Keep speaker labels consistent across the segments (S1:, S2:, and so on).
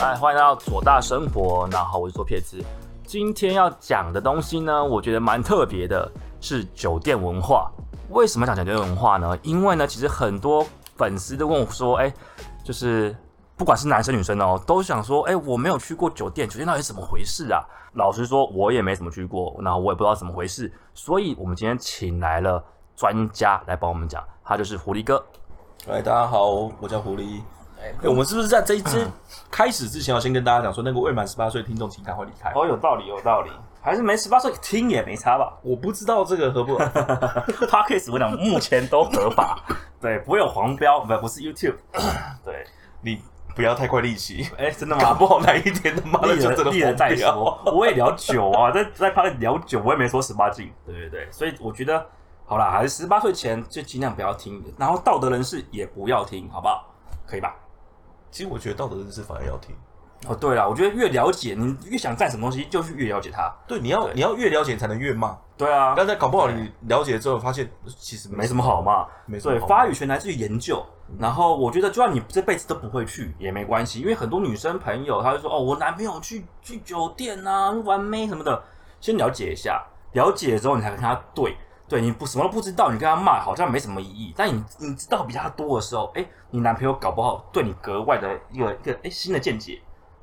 S1: 哎，欢迎来到左大生活，然后我是左撇子。今天要讲的东西呢，我觉得蛮特别的，是酒店文化。为什么讲酒店文化呢？因为呢，其实很多粉丝都问我说，哎，就是不管是男生女生哦，都想说，哎，我没有去过酒店，酒店到底是怎么回事啊？老实说，我也没怎么去过，然后我也不知道怎么回事，所以我们今天请来了专家来帮我们讲，他就是狐狸哥。
S2: 哎，大家好，我叫狐狸。哎、我们是不是在这一
S1: 嗯
S2: 支开始之前要先跟大家讲说，那个未满十八岁的听众请赶快离开？
S1: 哦，有道理，有道理，还是没十八岁听也没差吧
S2: 我不知道这个合不合 法，
S1: ？Podcast 我讲目前都合法， 对，不会有黄标，不不是 YouTube，对，
S2: 你不要太快立起，
S1: 哎，真的
S2: 搞
S1: 吗？
S2: 不好哪一天他妈的
S1: 立
S2: 就
S1: 了
S2: 真的
S1: 立了再
S2: 疯
S1: 说
S2: 掉。，
S1: 我也聊酒啊，在在 p o 聊酒，我也没说十八禁，对对对，所以我觉得好啦，还是十八岁前就尽量不要听，然后道德人士也不要听，好不好？可以吧？
S2: 其实我觉得道德人士反而要听，
S1: 哦，对了，我觉得越了解你越想占什么东西，就是越了解它。
S2: 对，你要
S1: 对
S2: 你要越了解你才能越骂。
S1: 对啊，
S2: 刚才搞不好你了解之后发现其实
S1: 没什么好嘛。
S2: 没什么
S1: 对，
S2: 好嗯
S1: 发语权来自于研究。然后我觉得，就算你这辈子都不会去也没关系，因为很多女生朋友她就说：“哦，我男朋友去去酒店啊，玩妹什么的。”先了解一下，了解了之后你才跟他对。对你不什么都不知道，你跟他骂好像没什么意义。但你你知道比他多的时候，哎，你男朋友搞不好对你格外的一个一个哎新的见解。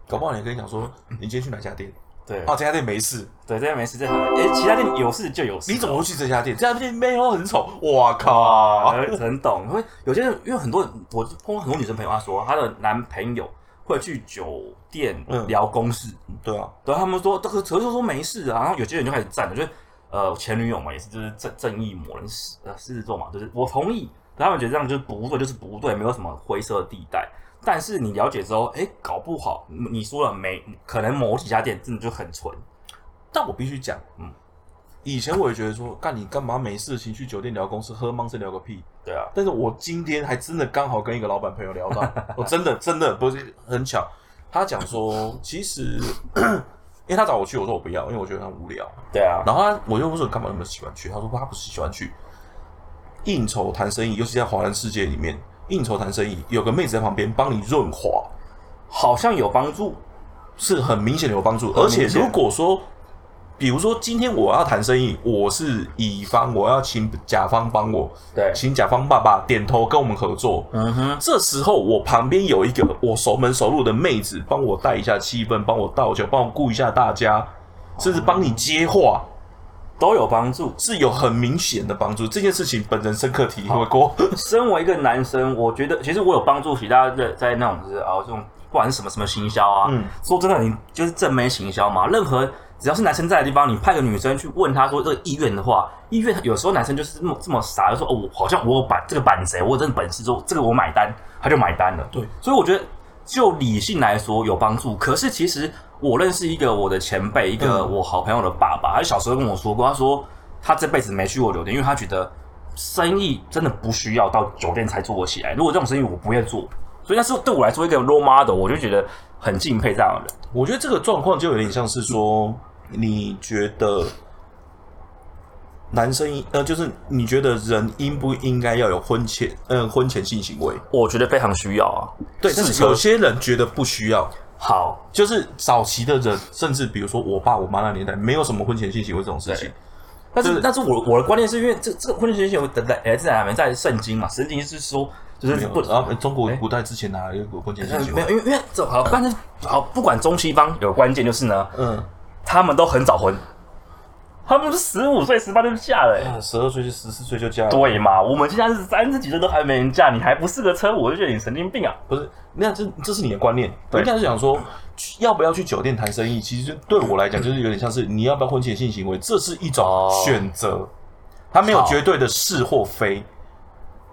S2: 搞不好你跟你讲说，你今天去哪家店？
S1: 嗯对
S2: 啊，这家店没事，
S1: 对，这样没事，这样哎，其他店有事就有事。
S2: 你怎么会去这家店？这家店没有很丑，哇靠！
S1: 呃很懂，会有些人因为很多我碰到很多女生朋友，她说她的男朋友会去酒店
S2: 嗯
S1: 聊公事，
S2: 对啊，
S1: 然后他们说这个，可是说没事啊，然后有些人就开始站了，就是呃前女友嘛，也是就是正正义魔人狮呃狮子座嘛，就是我同意，他们觉得这样就是不对，就是不对，没有什么灰色地带。但是你了解之后，哎，搞不好你你说了没，可能某几家店真的就很纯，
S2: 但我必须讲，嗯
S1: 嗯，
S2: 以前我也觉得说，干你干嘛没事情去酒店聊公司喝忙是聊个屁。
S1: 对啊，
S2: 但是我今天还真的刚好跟一个老板朋友聊到，我真的真的不是很巧，他讲说，其实因为他找我去，我说我不要，因为我觉得很无聊。
S1: 对啊，
S2: 然后他我又说你干嘛那么喜欢去？他说他不是喜欢去应酬谈生意，尤其在华人世界里面，应酬谈生意有个妹子在旁边帮你润滑，
S1: 好像有帮助，
S2: 是很明显的有帮助。
S1: 很
S2: 而
S1: 明显
S2: 且如果说，比如说今天我要谈生意，我是乙方，我要请甲方帮我，
S1: 对
S2: 请甲方爸爸点头跟我们合作。
S1: 嗯哼，
S2: 这时候我旁边有一个我熟门熟路的妹子，帮我带一下气氛，帮我倒酒，帮我顾一下大
S1: 哦
S2: 家，甚至帮你接话，
S1: 都有帮助。
S2: 是有很明显的帮助。这件事情本人深刻体会过。
S1: 身为一个男生，我觉得其实我有帮助其他的在那种就是啊这种不管是什么什么行销啊，
S2: 嗯
S1: 说真的，你就是正妹行销嘛，任何只要是男生在的地方，你派个女生去问他说这个意愿的话，意愿有时候男生就是这么这么傻，就说哦，我好像我有板这个板子，我有这个本事，说这个我买单，他就买单了。
S2: 对，
S1: 所以我觉得就理性来说有帮助，可是其实我认识一个我的前辈，一个
S2: 嗯
S1: 我好朋友的爸爸，他小时候跟我说过，他说他这辈子没去过酒店，因为他觉得生意真的不需要到酒店才做得起来，如果这种生意我不愿做，所以那是对我来说一个 role model，我就觉得很敬佩这样的人。
S2: 我觉得这个状况就有点像是说，你觉得男生应呃，就是你觉得人应不应该要有婚前嗯、呃、婚前性行为？
S1: 我觉得非常需要啊。
S2: 对，但
S1: 是
S2: 是有些人觉得不需要，
S1: 好，
S2: 就是早期的人，甚至比如说我爸我妈那年代，没有什么婚前性行为这种事情。
S1: 但
S2: 就是
S1: 是但是我我的观念是因为这这个婚前行为等等，哎，这还没在圣经嘛，圣经是说就是不
S2: 不，然后呃中国古代之前哪有婚前性
S1: 嗯
S2: 行
S1: 没
S2: 为
S1: 有，？因为因为这呃好，但是好，不管中西方，有关键就是呢，
S2: 嗯，
S1: 他们都很早婚，他们是十五岁、十八岁就嫁了、欸。
S2: 十二岁就十四岁就嫁了，
S1: 对嘛？我们现在是三十几岁都还没人嫁，你还不是个车，我就觉得你神经病啊！
S2: 不是，那这这是你的观念，
S1: 对
S2: 应该是想说，去要不要去酒店谈生意？其实对我来讲，就是有点像是你要不要婚前性行为，这是一种
S1: 哦
S2: 选择，它没有
S1: 好
S2: 绝对的是或非。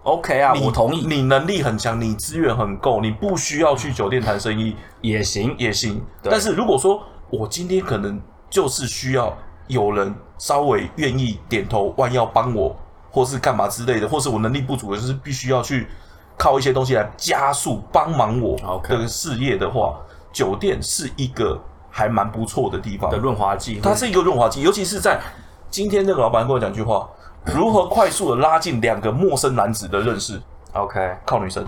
S1: OK 啊，
S2: 你
S1: 我同意
S2: 你能力很强，你资源很够，你不需要去酒店谈生意
S1: 也行，
S2: 也行。
S1: 对
S2: 但是如果说我今天可能就是需要有人稍微愿意点头弯腰帮我，或是干嘛之类的，或是我能力不足，就是必须要去靠一些东西来加速帮忙我
S1: OK
S2: 的事业的话，酒店是一个还蛮不错的地方
S1: 的。润滑剂，
S2: 它是一个润滑剂，尤其是在今天那个老板跟我讲一句话：如何快速的拉近两个陌生男子的认识，
S1: OK
S2: 靠女生。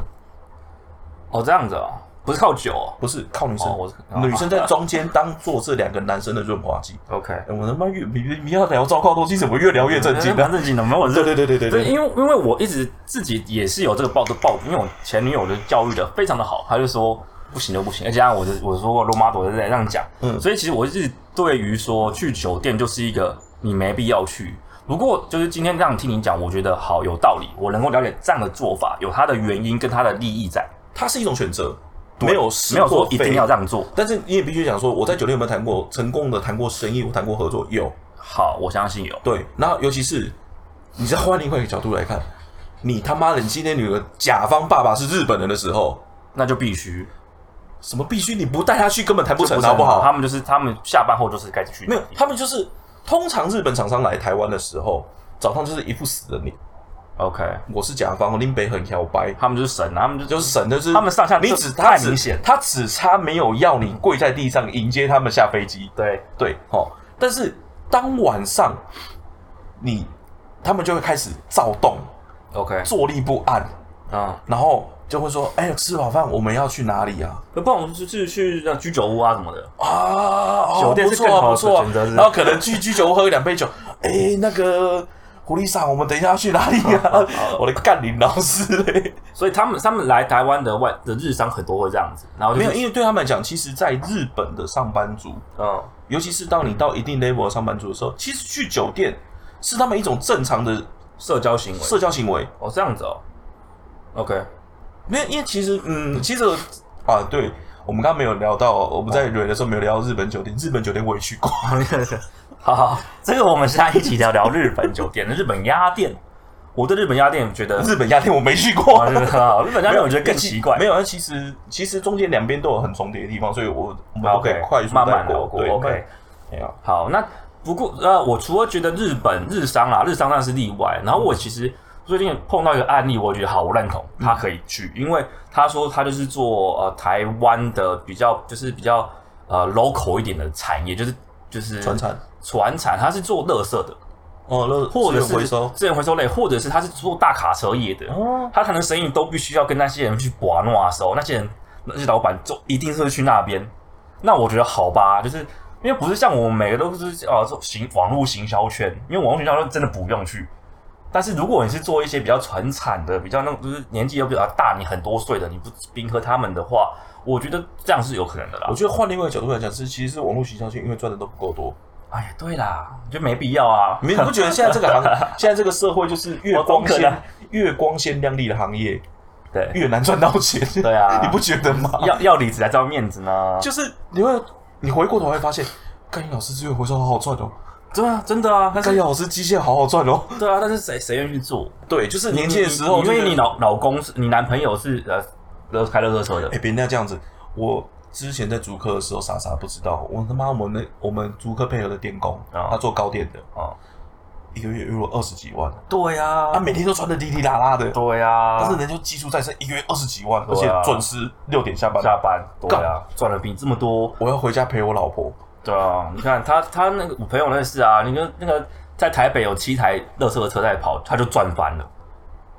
S1: 哦，这样子哦，不是靠酒哦
S2: 不是靠女生，
S1: 哦我是
S2: 女生在中间当做这两个男生的润滑剂。
S1: ，OK，
S2: 哎我他妈越明明要聊糟糕的东西，怎么越聊越震惊
S1: 不要
S2: 呢？
S1: 正经的，没有我是
S2: 对对对对对
S1: 对，
S2: 对，
S1: 因为因为我一直自己也是有这个抱的抱，因为我前女友就教育的非常的好，她就说不行就不行，再加上我就我说过罗马朵在这样讲，
S2: 嗯
S1: 所以其实我一直对于说去酒店就是一个你没必要去。不过就是今天这样听你讲，我觉得好有道理，我能够了解这样的做法有它的原因跟它的利益在，
S2: 它是一种选择，没有实
S1: 没有说
S2: 或
S1: 一
S2: 非
S1: 定要这样做。
S2: 但是你也必须讲说，我在酒店有没有谈过成功的谈过生意，我谈过合作有
S1: 好，我相信有。
S2: 对，然后尤其是你再换另外一个角度来看，你他妈的你今天女儿甲方爸爸是日本人的时候，
S1: 那就必须
S2: 什么必须你不带他去根本谈不成，
S1: 是
S2: 好不好
S1: 他？们就是他们下班后就是该去
S2: 没有，他们就是通常日本厂商来台湾的时候，早上就是一副死人脸，
S1: OK，
S2: 我是甲方，林北很摇摆，
S1: 他们就是神啊，他们就
S2: 就是神，就是
S1: 他们上下
S2: 你
S1: 就
S2: 只
S1: 太
S2: 他只
S1: 明显
S2: 他只差没有要你跪在地上迎接他们下飞机，
S1: 对
S2: 对，哦，但是当晚上你他们就会开始躁动，
S1: OK
S2: 坐立不安，
S1: 嗯。
S2: 然后就会说：“哎、吃饱饭我们要去哪里啊？
S1: 那不然我们就是去那居酒屋啊什么的。
S2: 啊，哦
S1: 酒店是
S2: 不错啊，
S1: 更好
S2: 不
S1: 的
S2: 错啊
S1: 选择是。
S2: 然后可能去居酒屋喝两杯酒，哎、那个狐狸上，我们等一下要去哪里 啊？我的干林老师嘞，
S1: 所以他们他们来台湾的外的日商很多会这样子，然后就
S2: 没
S1: 是
S2: 有，因为对他们来讲，其实在日本的上班族，
S1: 嗯
S2: 尤其是当你到一定 level 的上班族的时候，其实去酒店是他们一种正常的
S1: 社交行为
S2: 社交行为。
S1: 哦这样子哦。OK，
S2: 没有，因为其实，嗯，其实啊，对我们刚刚没有聊到，我们在旅的时候没有聊到日本酒店，日本酒店我也去过。
S1: 好好，这个我们下一集聊聊日本酒店、日本鸭店。我对日本鸭店觉得，
S2: 日本亚店我没去 过，
S1: 啊日本好日本鸭店我觉得更奇怪
S2: 没。有，那其实其实中间两边都有很重叠的地方，所以我我们都可以
S1: 啊 OK，
S2: 快速
S1: 慢
S2: 带
S1: 慢聊过
S2: 对啊
S1: OK
S2: 没有，
S1: 好，那不过呃，我除了觉得日本日商啦，日商那是例外。然后我其实最近碰到一个案例，我觉得好，我认同
S2: 嗯
S1: 他可以去，因为他说他就是做呃台湾的比较就是比较呃 local 一点的产业，就是就是
S2: 传产
S1: 船产，他是做垃圾的，
S2: 哦，那
S1: 或者
S2: 资
S1: 是
S2: 源回收
S1: 资源回收类，或者是他是做大卡车业的，
S2: 哦，
S1: 他可能生意都必须要跟那些人去把弄啊时候，那些人那些老板就一定是去那边。那我觉得好吧，就是因为不是像我们每个都是啊做行网络行销圈，因为网络行销圈真的不用去。但是如果你是做一些比较传产的，比较那种就是年纪又比较大，你很多岁的，你不迎合他们的话，我觉得这样是有可能的啦
S2: 我。觉得换另外一个角度来讲，是其实是网络形象圈因为赚的都不够多，
S1: 哎呀，对啦，就没必要 啊。
S2: 你不觉得现在这个行，现在这个社会就是越
S1: 我懂
S2: 光
S1: 可能
S2: 鲜越光鲜亮丽的行业
S1: 对，
S2: 越难赚到钱，
S1: 对啊
S2: 你不觉得吗？
S1: 要要理子才知道面子呢。
S2: 就是你会你回过头会发现，干你老师资源回收好好赚哦，
S1: 对啊，真的啊，但是
S2: 干你老师机械好好赚 哦。
S1: 对啊，但是谁谁愿意去做？
S2: 对，就是 年轻的时候
S1: 因
S2: 就
S1: 为
S2: 是，
S1: 你老老公是你男朋友是呃乐开乐色车的
S2: 哎，，别人家这样子，我之前在足科的时候傻傻不知道，我他妈我们那我们足科配合的电工，
S1: 啊
S2: 他做糕点的，
S1: 哦，
S2: 一个月月入二十几万，
S1: 对呀
S2: 他每天都穿的滴滴答答的，
S1: 对啊呀，
S2: 啊但是人就技术在身，一个月二十几万，而
S1: 对
S2: 且
S1: 啊
S2: 准时六点下班。
S1: 下班对
S2: 干
S1: 呀，赚的比你这么多，
S2: 我要回家陪我老婆。
S1: 对啊，你看他他那个我朋友那是啊，你跟那个在台北有七台乐色车在跑，他就赚翻 了，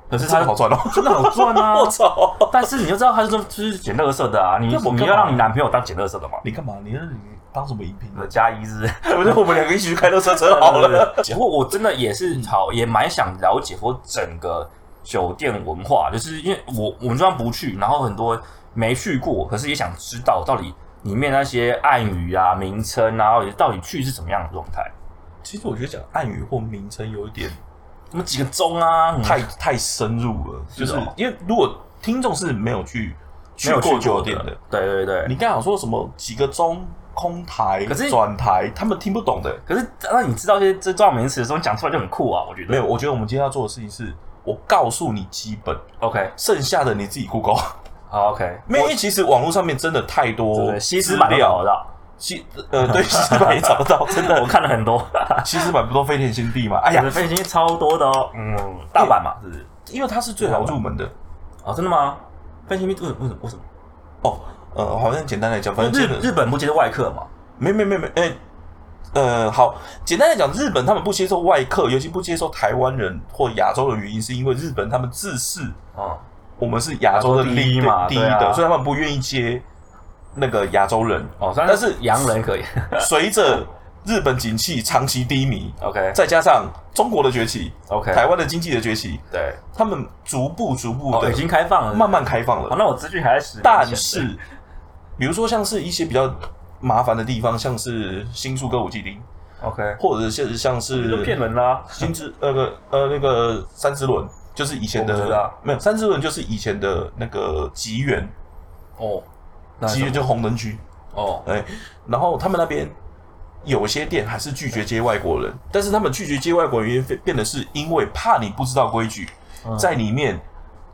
S1: 可是
S2: 这
S1: 他
S2: 个 好赚哦！
S1: 真的好赚 啊
S2: 我，操！
S1: 但是你就知道他是就是捡乐色的啊，你
S2: 那我干
S1: 你
S2: 嘛
S1: 要让你男朋友当捡乐色的嘛，
S2: 你干嘛？你那你当什么影评
S1: 我
S2: 人？
S1: 加一是。
S2: 我觉得我们两个一起去开乐车车好了。嗯
S1: 不过我真的也是好，也蛮想了解说整个酒店文化，就是因为我我们就算不去，然后很多没去过，可是也想知道到底里面那些暗语啊、名称啊，到底去是什么样的状态？
S2: 其实我觉得讲暗语或名称有一点
S1: 嗯什么几个钟啊？什么
S2: 太太深入了，就是是
S1: 哦
S2: 因为如果听众是没有去
S1: 没
S2: 去
S1: 有
S2: 过
S1: 过
S2: 酒店的，，
S1: 对对对。
S2: 你刚好说什么几个钟空台、
S1: 可是
S2: 转台，他们听不懂的。
S1: 可是让你知道这些这专有名词的时候，你讲出来就很酷啊，我觉得。
S2: 没有，我觉得我们今天要做的事情是，我告诉你基本，
S1: OK，
S2: 剩下的你自己 Google。
S1: 好 OK，
S2: 没有，因为其实网络上面真的太
S1: 对
S2: 多
S1: 对西
S2: 资
S1: 施版都找
S2: 料
S1: 得，到，
S2: 西呃对西施版也找得到，真 的
S1: 我看了很多，
S2: 西施版不都飞天新地嘛？哎
S1: 哎呀
S2: 呀，，
S1: 飞行超多的哦，嗯，大阪嘛，是不是？
S2: 因为它是最好入门的
S1: 哦，真的吗？飞行为什么为什么为什么？
S2: 哦。呃，好像简单来讲，反正
S1: 日
S2: 基本
S1: 日本不接受外客嘛？
S2: 没没没没，哎、呃，好，简单来讲，日本他们不接受外客，尤其不接受台湾人或亚洲的原因，是因为日本他们自视
S1: 哦
S2: 我们是亚洲的
S1: 亚洲第一嘛
S2: 对第一
S1: 对啊
S2: 的，所以他们不愿意接那个亚洲人。
S1: 哦，虽然
S2: 但是
S1: 洋人 可以
S2: 随着日本景气长期低迷，
S1: ，OK
S2: 再加上中国的崛起、
S1: OK，
S2: 台湾的经济的崛起，
S1: 对，
S2: 他们逐步逐步
S1: 哦，
S2: 的
S1: 已经开放了，
S2: 慢慢开放
S1: 哦，
S2: 了。
S1: 那我资讯还在十年前，
S2: 但是，比如说像是一些比较麻烦的地方，像是新宿歌舞伎町，
S1: OK，
S2: 或者是像
S1: 就是骗人啦，
S2: 新之那个呃那个三之轮，就是以前
S1: 我不知
S2: 的
S1: 道
S2: 没有三之轮就是以前的那个吉原，
S1: 哦，那
S2: 吉原就红灯区，
S1: 哦
S2: 哎，然后他们那边有些店还是拒绝接外国人，但是他们拒绝接外国人原因变变得是因为怕你不知道规矩，
S1: 嗯
S2: 在里面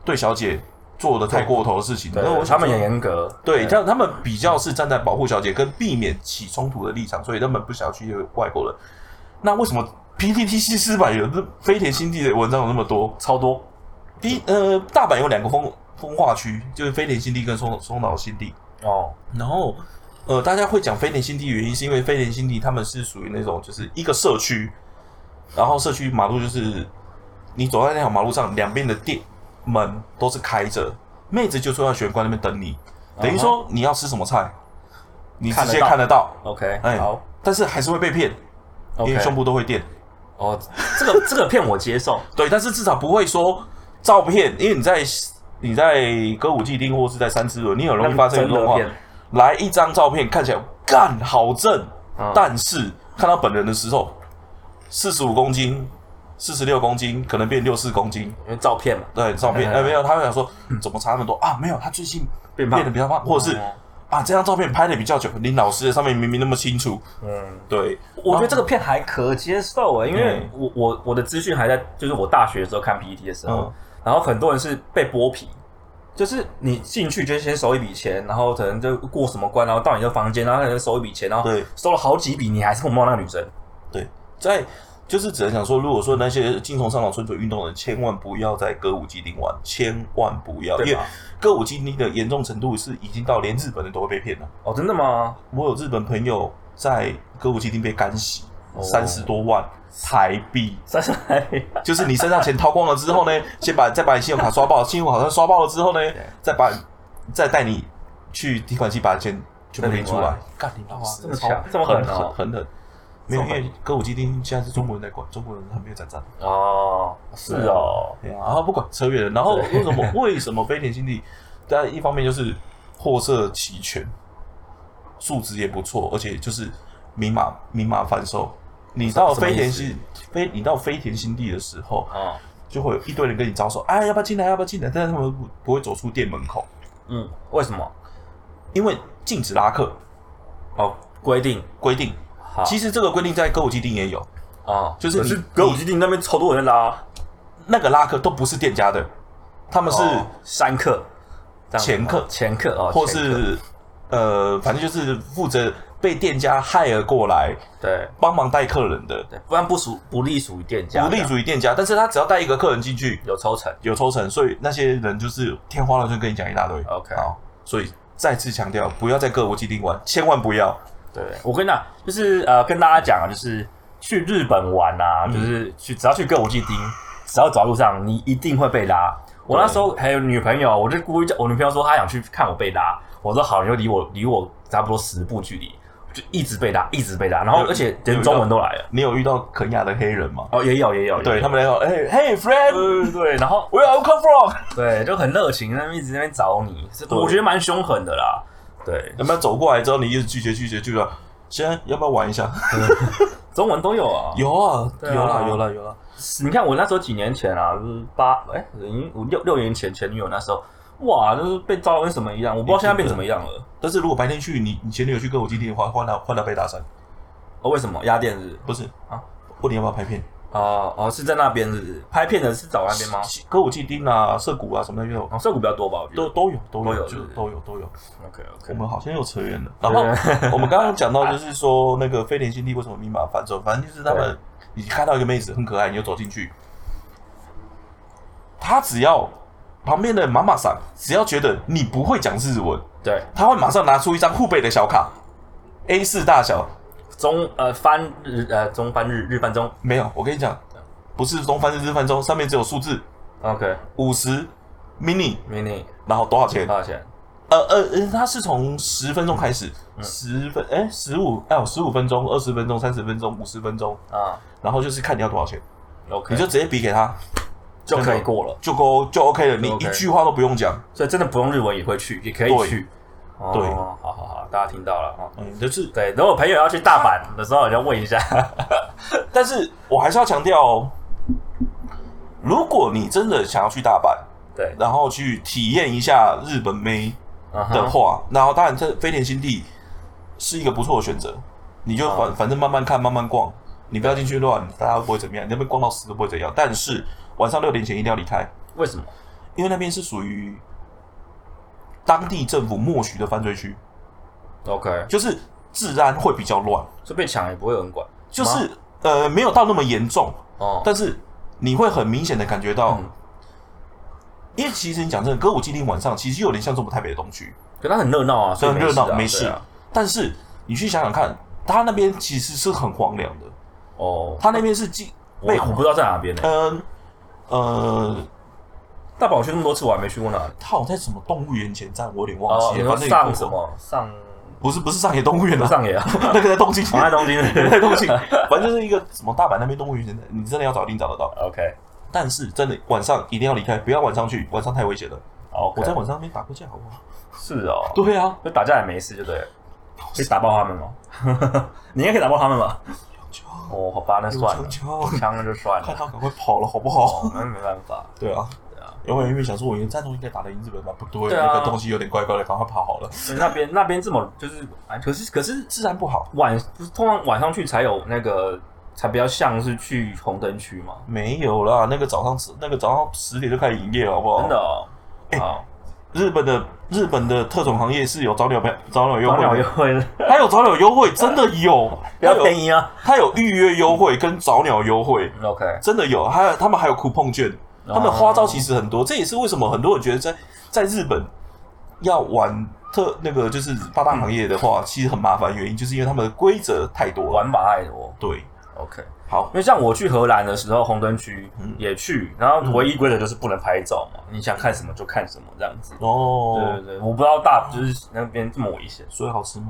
S2: 对小姐做的太过头的事情，
S1: 对
S2: 那我
S1: 他
S2: 想
S1: 们
S2: 说
S1: 也严格，
S2: 对，这样他们比较是站在保护小姐跟避免起冲突的立场，所以他们不想去约外国人。那为什么 PTT 西施版有这飞田新地的文章有那么多？
S1: 超多，
S2: 第一呃，大阪有两个风风化区，就是飞田新地跟松松岛新地。
S1: 哦，
S2: 然后呃，大家会讲飞田新地的原因是因为飞田新地他们是属于那种就是一个社区，然后社区马路就是你走在那条马路上，两边的店门都是开着，妹子就坐在玄关那边等你，等于说你要吃什么菜，你直接看
S1: 看
S2: 得到，
S1: OK，
S2: 哎
S1: 好
S2: 但是还是会被骗，因
S1: ，OK，
S2: 为胸部都会垫。
S1: 哦，这个这个骗我接受，
S2: 对，但是至少不会说照片，因为你在你在歌舞伎町或是在三之轮，你 很容易发生这种状
S1: 那
S2: 况
S1: 真的。
S2: 来一张照片看起来干好正，
S1: 嗯
S2: 但是看到本人的时候，四十五公斤、四十六公斤，可能变六四公斤。
S1: 因为照片嘛，
S2: 对，照片
S1: 哎
S2: 哎、没有，他会想说怎么差那么多啊？没有，他最近
S1: 变胖
S2: 变得比较胖，或者是
S1: 哦
S2: 啊这张照片拍的比较久，林老师的上面明明那么清楚。
S1: 嗯，
S2: 对，
S1: 我觉得这个片还可接受啊，因为
S2: 嗯
S1: 我我我的资讯还在，就是我大学的时候看 PPT 的时候，
S2: 嗯
S1: 然后很多人是被剥皮，就是你进去就先收一笔钱，然后可能就过什么关，然后到你的房间，然后可能收一笔钱，然后
S2: 嗯对
S1: 收了好几笔，你还是碰不到那个女生。
S2: 对，在就是只能想说，如果说那些精虫上脑蠢蠢运动的人，千万不要在歌舞伎町玩，千万不要，
S1: 对吧啊
S2: 因为歌舞伎町的严重程度是已经到连日本人都会被骗了。
S1: 哦，真的 吗？
S2: 我有日本朋友在歌舞伎町被干洗
S1: 哦，
S2: 三十、多万台币，
S1: 三十来，
S2: 就是你身上钱掏光了之后呢， 先把再把你信用卡刷爆，信用卡刷爆了之后呢，再把再带你去提款机把钱全部领
S1: 再
S2: 出
S1: 领
S2: 来
S1: 完，
S2: 干你老师
S1: 这么强这么狠
S2: 狠
S1: 哦
S2: 狠狠狠。没有，
S1: 这
S2: 因
S1: 么狠
S2: 为歌舞伎町现在是中国人在管，中国人还没有展战。
S1: 哦，是哦，
S2: 对啊，然后不管扯远了，然后
S1: 对
S2: 为什么为什么飞田新地？但一方面就是货色齐全，素质也不错，而且就是明码明码贩售。你到
S1: 什么
S2: 飞田
S1: 意思
S2: 新飞，你到飞田新地的时候，
S1: 哦，
S2: 就会有一堆人跟你招手，哎，要不要进来？要不要进来？但是他们不不会走出店门口，
S1: 嗯，为什么？
S2: 因为禁止拉客
S1: 哦，规定
S2: 规定。
S1: 好，
S2: 其实这个规定在歌舞伎町也有，
S1: 啊，
S2: 就是
S1: 可是
S2: 你哦
S1: 歌舞伎町那边超多人在拉，
S2: 那个拉客都不是店家的，他们是
S1: 哦三客、这样子
S2: 前客
S1: 哦前客哦，
S2: 或
S1: 前客
S2: 是呃，反正就是负责被店家害了过来，
S1: 对
S2: 帮忙带客人的，
S1: 对，啊不然不属不隶属于店家，
S2: 不隶属于店家，但是他只要带一个客人进去，
S1: 有抽成。
S2: 有抽成，所以那些人就是天花乱坠跟你讲一大堆。
S1: OK
S2: 好，所以再次强调，不要在歌舞伎町玩，千万不要。
S1: 对，我跟你讲，就是呃，跟大家讲啊，就是去日本玩啊，
S2: 嗯
S1: 就是去只要去歌舞伎町，只要走在路上，你一定会被拉。我那时候还有女朋友，我就故意叫我女朋友说她想去看我被拉，我说好，你就离我离我差不多十步距离，就一直被拉，一直被拉，然后
S2: 有
S1: 而且连中文都来了。
S2: 你有遇到肯亚的黑人吗？
S1: 哦，也有也有，也有
S2: 对他们来说，哎、h e y friend，where
S1: 对对对，然后
S2: are you come from？
S1: 对就很热情，那边一直在那边找你，是
S2: 对
S1: 我觉得蛮凶狠的啦。对，
S2: 有没有走过来之后，你一直拒绝拒绝拒绝？现在要不要玩一下？
S1: 中文都有啊。
S2: 有啊，
S1: 对啊
S2: 有啦，有啦，有啦。
S1: 你看我那时候几年前啊，就是八哎零五六六年前前女友那时候，哇，就是被招跟什么一样，我不知道现在变什么样了。
S2: 但是如果白天去，你你前女友去歌舞伎町的话，换到换到被打散，
S1: 哦，为什么压店日？
S2: 不是
S1: 啊
S2: 啊？或你要不要拍片？
S1: 哦哦，是在那边日拍片的是找那边吗？
S2: 歌舞伎町啊、涩谷啊什么的都有，
S1: 哦，涩谷比较多吧，我觉
S2: 都
S1: 得。
S2: 都有都
S1: 都
S2: 有
S1: 有
S2: 就是
S1: 是不是
S2: 都有都有。
S1: OK
S2: 我
S1: OK，
S2: 们好像又扯远了。然后我们刚刚讲到就是说那个飞田新地为什么密码反手，反正就是他们你看到一个妹子很可爱，你就走进去，他只要旁边的妈妈桑只要觉得你不会讲日文，
S1: 对
S2: 他会马上拿出一张护背的小卡，A 四大小，
S1: 中呃翻日呃中翻日日翻中
S2: 没有，我跟你讲，不是中翻日日翻中，上面只有数字
S1: OK
S2: 五十 mini，
S1: mini
S2: 然后多少钱
S1: 多？少钱？
S2: 呃呃呃，它是从十分钟开始，十分哎十五哎十五分钟、二十分钟、三十分钟、五十分钟，
S1: 啊
S2: 然后就是看你要多少钱，
S1: ，OK，
S2: 你就直接比给他，
S1: 就可以
S2: 真的
S1: 过了，
S2: 就够就 OK 了，你
S1: 就 OK
S2: 一句话都不用讲，
S1: 所以真的不用日文也会去，也可以
S2: 对
S1: 去。哦
S2: 对
S1: 好好好，大家听到了啊。哦
S2: 嗯，就是
S1: 对，如果朋友要去大阪的时候，我就问一下。
S2: 但是我还是要强调哦，如果你真的想要去大阪，
S1: 对，
S2: 然后去体验一下日本妹
S1: 嗯
S2: 的
S1: 哼，
S2: 话，然后当然这飞田新地是一个不错的选择，你就反、
S1: 嗯
S2: 反正慢慢看，慢慢逛，你不要进去乱，大家不会怎么样，你那边逛到死都不会怎样。但是晚上六点前一定要离开，
S1: 为什么？
S2: 因为那边是属于当地政府默许的犯罪区，
S1: OK，
S2: 就是治安会比较乱，
S1: 就被抢也不会有人管。
S2: 就是呃没有到那么严重，
S1: 哦，
S2: 但是你会很明显的感觉到，
S1: 嗯
S2: 因为其实你讲真的，歌舞伎町晚上其实有点像中国台北的东区，
S1: 可它很热闹啊，所以
S2: 很热闹没
S1: 事
S2: 事
S1: 啊。
S2: 但是你去想想看，它那边其实是很荒凉的，
S1: 对啊哦，
S2: 它那边是进
S1: 我
S2: 被
S1: 我不知道在哪 边呢。
S2: 嗯呃，
S1: 大阪我去那么多次，我还没去过哪里。
S2: 它好像在什么动物园前站，我有点忘
S1: 哦，你
S2: 记
S1: 说
S2: 了，反正有
S1: 上
S2: 过
S1: 什么上
S2: 不是不是上野动物园
S1: 不
S2: 啊，
S1: 上 野啊？
S2: 那个在东京，
S1: 我在东京。
S2: 在东 京，反正就是一个什么大阪那边动物园前站，你真的要找一定找得到。
S1: OK，
S2: 但是真的晚上一定要离开，不要晚上去，晚上太危险了。
S1: 哦，
S2: 我在晚上那边打过架，好不好？
S1: 是哦，
S2: 对啊，
S1: 就打架也没事，就对了。可以打爆他们吗？ 你应该可以打爆他们吧？哦，好吧，那
S2: 有
S1: 算了
S2: 球，球，
S1: 枪那就算
S2: 看
S1: 了，
S2: 他赶快跑了，好不好？
S1: 那没办法。
S2: 对啊，
S1: 对啊，
S2: 原本原本想说，我原战中应该打得赢日本吧？不对，
S1: 对啊
S2: 那个东西有点怪怪的，赶快跑好 了。
S1: 所以那边那边这么就是，哎可是可是
S2: 治安不好，
S1: 晚不是通常晚上去才有那个，才比较像是去红灯区嘛。
S2: 没有啦，那个早上十那个早上十点就开始营业了，好不好？
S1: 真的哦，
S2: 哎
S1: 好，
S2: 日本的日本的特种行业是有早鸟票、早鸟优
S1: 早
S2: 惠
S1: 鸟
S2: 的，
S1: 优惠了，
S2: 它有早鸟 优惠，真的有，
S1: 不
S2: 它
S1: 要
S2: 有
S1: 便宜啊。
S2: 它有预约优惠跟早鸟优惠，
S1: OK，
S2: 真的有，还有他们还有 coupon 券，
S1: 啊
S2: 他们花招其实很多，这也是为什么很多人觉得在在日本要玩特那个就是八大行业的话，其实很麻烦，原因就是因为他们的规则太多了。
S1: 哦玩法太多。
S2: 对，
S1: OK，
S2: 好
S1: 因，为像我去荷兰的时候，红灯区
S2: 嗯
S1: 也去，然后唯一规则就是不能拍照嘛，你想看什么就看什么这样子。对
S2: 哦，
S1: 对对，我不知道大就是那边这么危险，
S2: 所以好吃吗？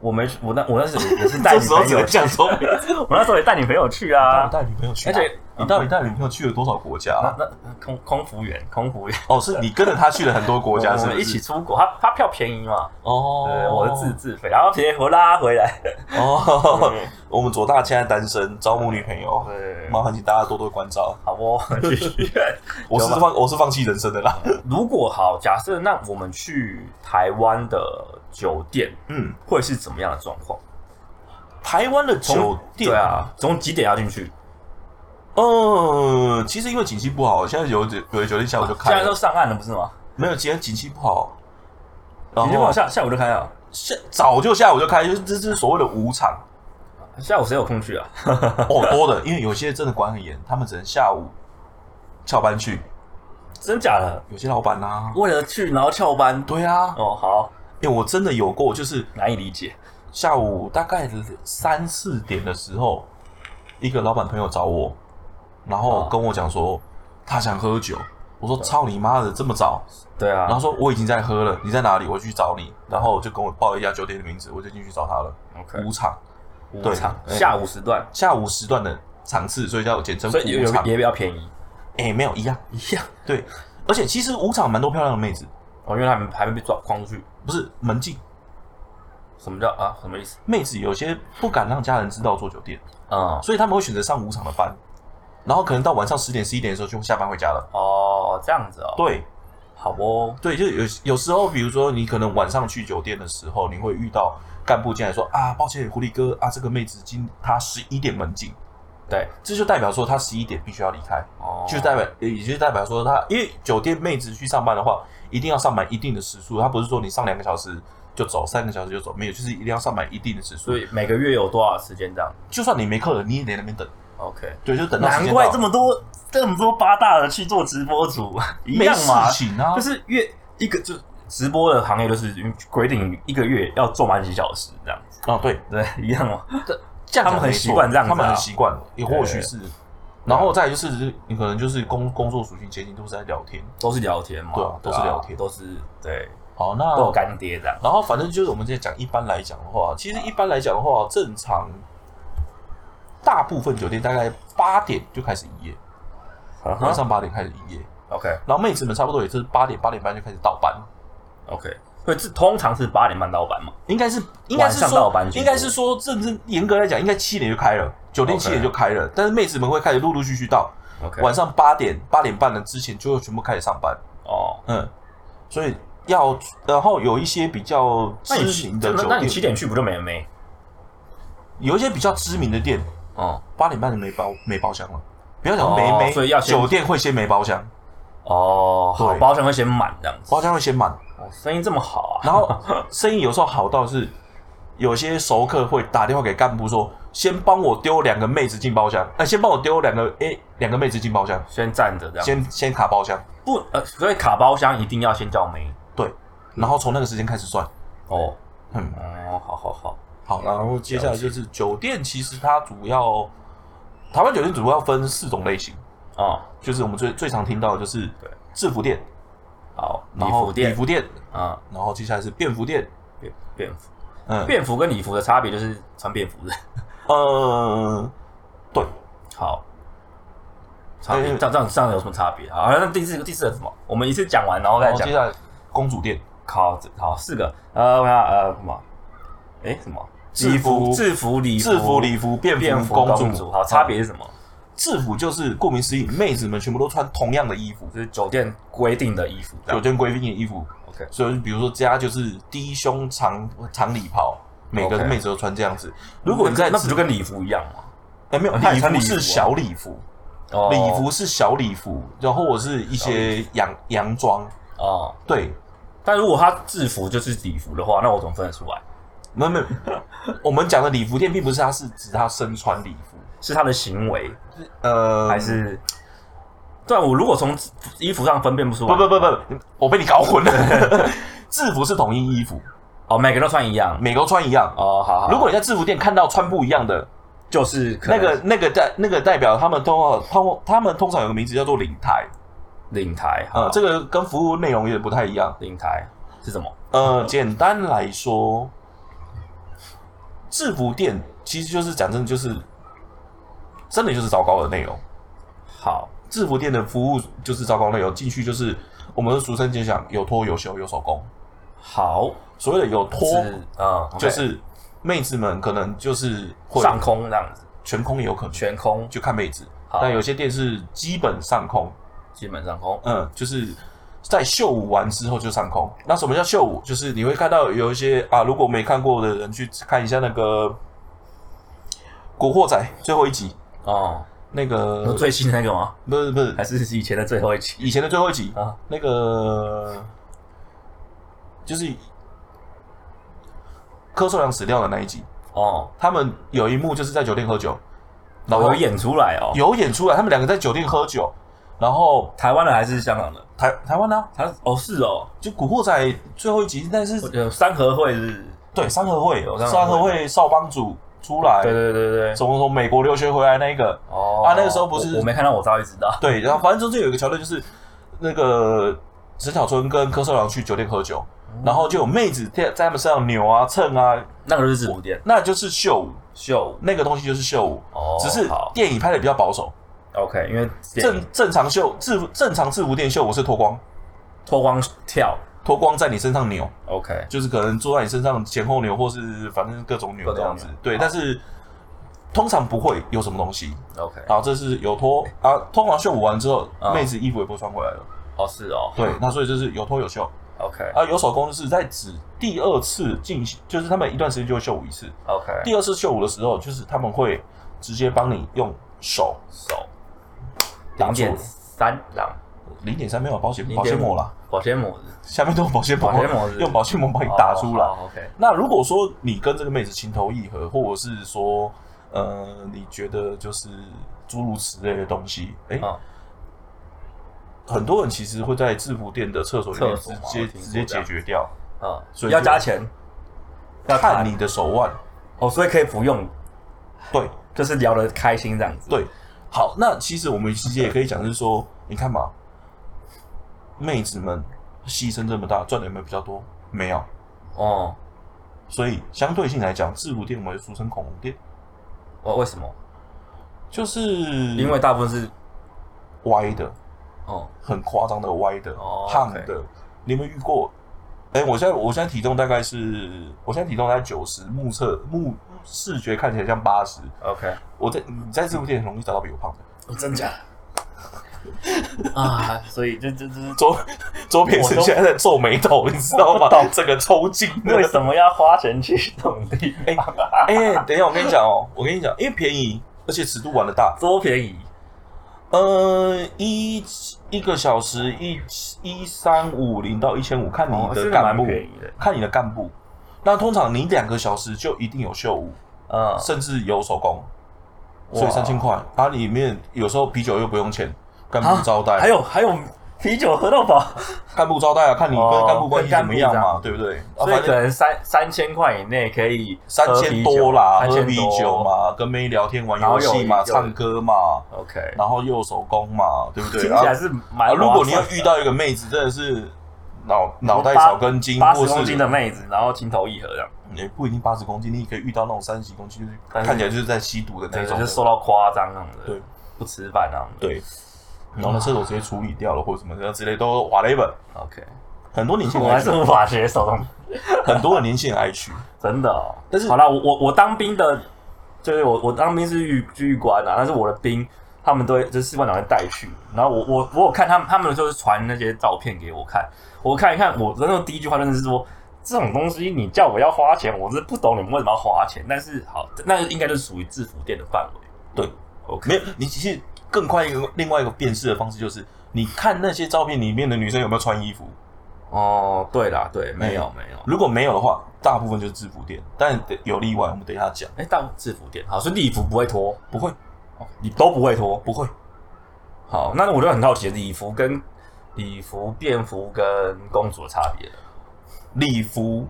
S1: 我没去我那我那时 候也是带
S2: 这
S1: 女
S2: 时候
S1: 朋
S2: 只
S1: 友
S2: 能，讲说，
S1: 我那时候也带女朋友去
S2: 你
S1: 啊，
S2: 带女朋友去
S1: 而
S2: 哪，
S1: 且
S2: 你到底带女朋友去啊了多少国家
S1: 那
S2: 啊？
S1: 那空空服员空服员，
S2: 哦，是你跟着他去了很多国家，
S1: 我
S2: 是不
S1: 们
S2: 是
S1: 一起出国，他他票便宜嘛，
S2: 哦
S1: 对，我是自自费，然后便宜我拉回来，
S2: 哦， 我们左大现在单身，招募女朋友，
S1: 对，
S2: 麻烦请大家多多关照。
S1: 好 不？继续
S2: 我是
S1: 有吗啊
S2: 放我是放弃人生的啦。
S1: 如果好，假设那我们去台湾的酒店
S2: 嗯，
S1: 会是怎么样的状况？
S2: 台湾的
S1: 从
S2: 酒店
S1: 对，啊，从几点要进去？
S2: 嗯，其实因为景气不好，现在有有的酒店下午就
S1: 现
S2: 开
S1: 在都
S2: 了，
S1: 上岸了，不是吗？
S2: 没有，今天景气不好，然
S1: 你就
S2: 后
S1: 往下下午就开了，
S2: 下早就下午就开，就是这这是所谓的午场
S1: 下午谁有空去啊？
S2: 哦，多的，因为有些真的管很严，他们只能下午翘班去，
S1: 真假的？
S2: 有些老板呐，
S1: 为了去然后翘班？
S2: 对啊，
S1: 哦，好，
S2: 因为我真的有过，就是
S1: 难以理解。
S2: 下午大概三四点的时候，一个老板朋友找我，然后跟我讲说他想喝酒，我说操你妈的这么早，
S1: 对啊
S2: 然后说我已经在喝了，你在哪里？我去找你，然后就跟我报了一家酒店的名字，我就进去找他了。
S1: ，OK，
S2: 五场
S1: 午
S2: 对
S1: 场
S2: 哎
S1: 下午时段，
S2: 下午时段的场次，所以叫简称
S1: 所以有
S2: 五
S1: 有
S2: 场。
S1: 也比较便宜，
S2: 哎、没有一样，
S1: 一样。
S2: 对，而且其实五场蛮多漂亮的妹子，
S1: 哦，因为他们还没被抓框出去。
S2: 不是门禁，
S1: 什么叫啊？什么意思？
S2: 妹子有些不敢让家人知道做酒店，
S1: 嗯，
S2: 所以他们会选择上五场的班，然后可能到晚上十点十一点的时候就下班回家了。
S1: 哦，这样子哦，
S2: 对
S1: 好哦，
S2: 对，就有有时候，比如说你可能晚上去酒店的时候，你会遇到干部进来说啊，抱歉，狐狸哥啊，这个妹子今她十一点门禁，
S1: 对，
S2: 这就代表说她十一点必须要离开，
S1: 哦，
S2: 就代表也就代表说她，因为酒店妹子去上班的话，一定要上满一定的时数，她不是说你上两个小时就走，三个小时就走，没有，就是一定要上满一定的时数
S1: 所。以每个月有多少时间这样
S2: 就算你没客人，你也得在那边等，
S1: ？OK，
S2: 对，就等到时
S1: 难
S2: 间
S1: 怪
S2: 到
S1: 这么多这么多八大的去做直播主一
S2: 没
S1: 样
S2: 事
S1: 嘛，
S2: 情啊，
S1: 就是越一个就直播的行业就是规定一个月要做满几小时这样子，
S2: 啊，对，
S1: 对，一样嘛。
S2: 这样
S1: 他们
S2: 讲
S1: 很
S2: 没错
S1: 习惯这样子啊
S2: 他们很习惯，也或
S1: 对
S2: 许是然后再来就是你可能就是工工作属性接近都是在聊天。
S1: 都是聊天嘛，
S2: 对啊都是聊天
S1: 都是对，
S2: 好，
S1: 都有
S2: 那
S1: 干爹这样。
S2: 然后反正就是我们今天讲，一般来讲的话，其实一般来讲的话，正常大部分酒店大概八点就开始营业，
S1: 晚
S2: 晚上八点开始营业，
S1: OK
S2: 然后妹子们差不多也是八点八点半就开始倒班，
S1: OK，会是通常是八点半到班嘛？
S2: 应该是应该是
S1: 晚上倒
S2: 说
S1: 班居多
S2: 应该是说认真严格来讲，应该七点就开了，酒店
S1: OK
S2: 七点就开了但是妹子们会开始陆陆续续到
S1: OK，
S2: 晚上八点八点半的之前就会全部开始上班，
S1: 哦，
S2: 嗯，所以要然后有一些比较
S1: 那
S2: 知
S1: 你
S2: 名的
S1: 那
S2: 酒
S1: 那你七
S2: 店，
S1: 点去不就没人没？
S2: 有一些比较知名的店。
S1: 哦
S2: 八点半就没包没包厢了。不要
S1: 哦
S2: 讲没没，
S1: 所以要先
S2: 酒店会先没包厢，
S1: 哦，好，
S2: 对
S1: 包厢会先满这样子。
S2: 包厢会先满，
S1: 哦，生意这么好啊？
S2: 然后生意有时候好到是有些熟客会打电话给干部说，先帮我丢两个妹子进包厢，呃，先帮我丢两个诶两个妹子进包厢，
S1: 先站着这样，
S2: 先先卡包厢，
S1: 不呃，所以卡包厢一定要先叫没。
S2: 对，然后从那个时间开始算，
S1: 哦
S2: 嗯，
S1: 哦，好好好，
S2: 好，然后接下来就是酒店，其实它主要台湾酒店主要分四种类型，
S1: 哦
S2: 就是我们最最常听到的就是
S1: 对
S2: 制服店，
S1: 好，礼
S2: 然后
S1: 服
S2: 礼
S1: 店
S2: 服店，
S1: 啊，
S2: 然后接下来是便服店，
S1: 便便服，
S2: 嗯，
S1: 便服跟礼服的差别就是穿便服的。
S2: 呃，对，
S1: 好，差
S2: 哎
S1: 别这样这样这样有什么差别？好，那第四个第四个是什么？我们一次讲完，然后再
S2: 然后
S1: 讲
S2: 接。下来公主店，
S1: 好，这好四个，呃，我想呃什么？哎，什么？
S2: 制
S1: 礼服
S2: 服
S1: 制服、礼服、
S2: 制服、礼服、便
S1: 便
S2: 服、
S1: 服、
S2: 公
S1: 公主。好，差别是什么？
S2: 制服就是顾名思义，妹子们全部都穿同样的衣服，
S1: 就是酒店规定的衣服。这
S2: 酒
S1: 样
S2: 店规定的衣服。
S1: OK，
S2: 所以比如说家就是低胸长长礼袍，每个
S1: OK
S2: 妹子都穿这样子。如果你在
S1: 那不就跟礼服一样吗？
S2: 哎没有
S1: 那也
S2: 礼
S1: 穿
S2: 服
S1: 礼服啊
S2: 是小礼服，
S1: 哦
S2: 礼服是小礼服，然后我是一些洋洋装，
S1: 哦，
S2: 对。
S1: 但如果他制服就是礼服的话，那我怎么分得出来？
S2: 没有没有， 我们讲的礼服店并不是它是指它身穿礼服，
S1: 是他的行为
S2: 呃，
S1: 还是？对啊，我如果从衣服上分辨不出来，
S2: 不不不不，我被你搞混了。 制服是统一衣服，
S1: 哦，每个人都穿一样。
S2: 每个都穿一样。
S1: 哦，好好，
S2: 如果你在制服店看到穿不一样的，
S1: 就是可
S2: 那
S1: 能
S2: 个那个代那个代表他们通他们他们通常有个名字叫做领台，
S1: 领台，
S2: 呃
S1: 好，
S2: 这个跟服务内容有点不太一样。
S1: 领台是什么？
S2: 呃，简单来说，制服店其实就是讲真的就是，真的就是糟糕的内容。
S1: 好，
S2: 制服店的服务就是糟糕内容，进去就是我们俗称就讲有脱有修有手工。
S1: 好，
S2: 所谓的有脱，
S1: 是嗯，
S2: 哦就
S1: OK，
S2: 是妹子们可能就是会
S1: 上空这样子，
S2: 全空也有可能，
S1: 全空，
S2: 就看妹子。
S1: 好
S2: 但有些店是基本上空，
S1: 基本上空。
S2: 嗯，就是在秀舞完之后就上空。那什么叫秀舞？就是你会看到有一些啊，如果没看过的人去看一下那个《古惑仔》最后一集，
S1: 哦，
S2: 那个
S1: 最新的那个吗？
S2: 不是不是
S1: 还是以前的最后一期
S2: 以前的最后一集，
S1: 啊？
S2: 那个就是柯受良死掉的那一集。
S1: 哦，
S2: 他们有一幕就是在酒店喝酒，然
S1: 我
S2: 后
S1: 有演出来哦。
S2: 有演出来，他们两个在酒店喝酒，然后
S1: 台湾的还是香港的？
S2: 台台湾呢、
S1: 他哦是哦，
S2: 就《古惑仔》最后一集，但是
S1: 有三合会是？
S2: 对三合会
S1: 有，三合会
S2: 三合会少帮主出来，
S1: 对对对对对。
S2: 从从美国留学回来那一个，
S1: 哦
S2: 啊那个时候不是
S1: 我我没看到，我早就知道。
S2: 对，然后反正中间有一个桥段就是那个陈小春跟柯受良去酒店喝
S1: 哦
S2: 酒，然后就有妹子在在他们身上扭啊蹭啊，
S1: 那个就是制服店
S2: 那就是秀舞，
S1: 秀
S2: 那个东西就是秀舞，
S1: 哦，
S2: 只是
S1: 好
S2: 电影拍的比较保守，
S1: OK，因为
S2: 正正常秀制服正常制服店秀舞是脱光。
S1: 脱光跳
S2: 脱光在你身上扭，
S1: OK
S2: 就是可能坐在你身上前后扭，或是反正各种扭
S1: 各种
S2: 这样子
S1: 扭。
S2: 对，
S1: 好
S2: 但是通常不会有什么东西。
S1: OK
S2: 然后这是有脱啊，通常秀舞完之后，
S1: 嗯
S2: 妹子衣服也不会穿回来了。
S1: 哦是哦
S2: 对，那所以就是有脱有秀
S1: OK
S2: 啊，有手工就是在指第二次进行，就是他们一段时间就会秀舞一次。
S1: OK
S2: 第二次秀舞的时候，就是他们会直接帮你用手
S1: 手
S2: 打
S1: 零
S2: 出
S1: 点三狼
S2: 零点三没有保鲜保鲜膜啦，，
S1: 保鲜膜是
S2: 下面都有保鲜膜，
S1: 保鲜膜是
S2: 用保鲜膜帮你打哎出来。
S1: 哦好 OK
S2: 那如果说你跟这个妹子情投意合，或者是说，呃，你觉得就是诸如此类的东西，哎、
S1: 嗯
S2: 很多人其实会在制服店的厕所里
S1: 厕
S2: 面
S1: 所
S2: 直
S1: 嘛
S2: 接
S1: 我听过
S2: 直接解决掉，
S1: 嗯，
S2: 所以
S1: 要
S2: 就
S1: 加钱，要
S2: 看你的手腕，
S1: 哦，所以可以不用，
S2: 对
S1: 就是聊得开心这样子。
S2: 对。好，那其实我们其实也可以讲，是说， 你看嘛，妹子们牺牲这么大，赚的有没有比较多？没有，
S1: 哦，
S2: 所以相对性来讲，制服店我们俗称恐龙店，
S1: 哦为为什么？
S2: 就是嗯
S1: 因为大部分是
S2: 歪的，
S1: 哦
S2: 很夸张的歪的、
S1: 哦
S2: 胖
S1: OK
S2: 的，你有没有遇过？哎、我现在我现在体重大概是，我现在体重大概九十，目测目视觉看起来像八十。
S1: ，OK，
S2: 我在你在制服店很容易找到比我胖的，
S1: 真假？ 啊，所以这这这
S2: 左左撇子现在在皱眉头，你知道吗？整个抽筋 的。
S1: 为什么要花钱去这种地 方？
S2: 哎、等一下，我跟你讲哦，我跟你讲，因为便宜，而且尺度玩的大。
S1: 多便宜
S2: 呃，一一个小时一一三五零到一千五，看你的
S1: 哦是
S2: 干
S1: 蛮
S2: 部，
S1: 便宜的。
S2: 看你的干部。那通常你两个小时就一定有秀舞，
S1: 嗯，
S2: 甚至有手工，所以
S1: 哇
S2: 三千块。它里面有时候啤酒又不用钱，干部招待，
S1: 啊还有还有啤酒喝到饱，
S2: 干部招待啊，看你跟
S1: 哦
S2: 干部关系
S1: 跟干
S2: 怎
S1: 部
S2: 么样
S1: 这
S2: 嘛，
S1: 样
S2: 对不对？啊，
S1: 所以
S2: 反
S1: 可
S2: 正
S1: 能三三千块以内可以
S2: 三
S1: 喝
S2: 千
S1: 啤酒
S2: 多啦，
S1: 三
S2: 喝
S1: 千
S2: 啤
S1: 多
S2: 酒。嘛，跟妹聊天、玩游戏嘛、
S1: 然后有有
S2: 唱歌嘛，
S1: OK，
S2: 然后又有手工嘛，对不对？
S1: 听起来
S2: 啊
S1: 是蛮
S2: 啊，
S1: 划算的。
S2: 如果你要遇到一个妹子，真的是脑脑袋
S1: 八
S2: 少根筋，
S1: 八
S2: 或
S1: 十公斤的
S2: 是
S1: 妹子，然后情投意合这样，
S2: 也不一定八十公斤，你也可以遇到那种三十几公斤，就是
S1: 但是
S2: 看起来就是在吸毒的那
S1: 对，
S2: 种
S1: 就
S2: 的
S1: 是。瘦到夸张那种的，
S2: 对，
S1: 不吃饭那种的。
S2: 对，然后呢，厕所直接处理掉了，或者什么之类，都划了一本。
S1: ，OK，
S2: 很多年轻
S1: 我
S2: 人
S1: 还
S2: 爱去
S1: 是，无法学手动，
S2: 很多的年轻人爱去。
S1: 真的哦。
S2: 但是
S1: 好啦，我我我当兵的，就是我我当兵是狱狱官啊，但是我的兵他们都会就是士官长会带去，然后我我我有看他们他们就是传那些照片给我看，我看一看，我真的第一句话真的是说。这种东西你叫我要花钱，我是不懂你们为什么要花钱。但是好，那应该就是属于制服店的范围。
S2: 对，
S1: OK，
S2: 没有你其实更快一个另外一个辨识的方式就是，你看那些照片里面的女生有没有穿衣服，
S1: 哦，对啦，对，没有
S2: 嗯
S1: 没有，
S2: 如果没有的话，大部分就是制服店，但有例外，我们等一下讲。
S1: 哎，大制服店好，所以礼服不会脱，哦
S2: 不会，
S1: 你都不会脱。
S2: 不会，
S1: 好，那我就很好奇礼服跟礼服、便服跟公主的差别了。
S2: 礼服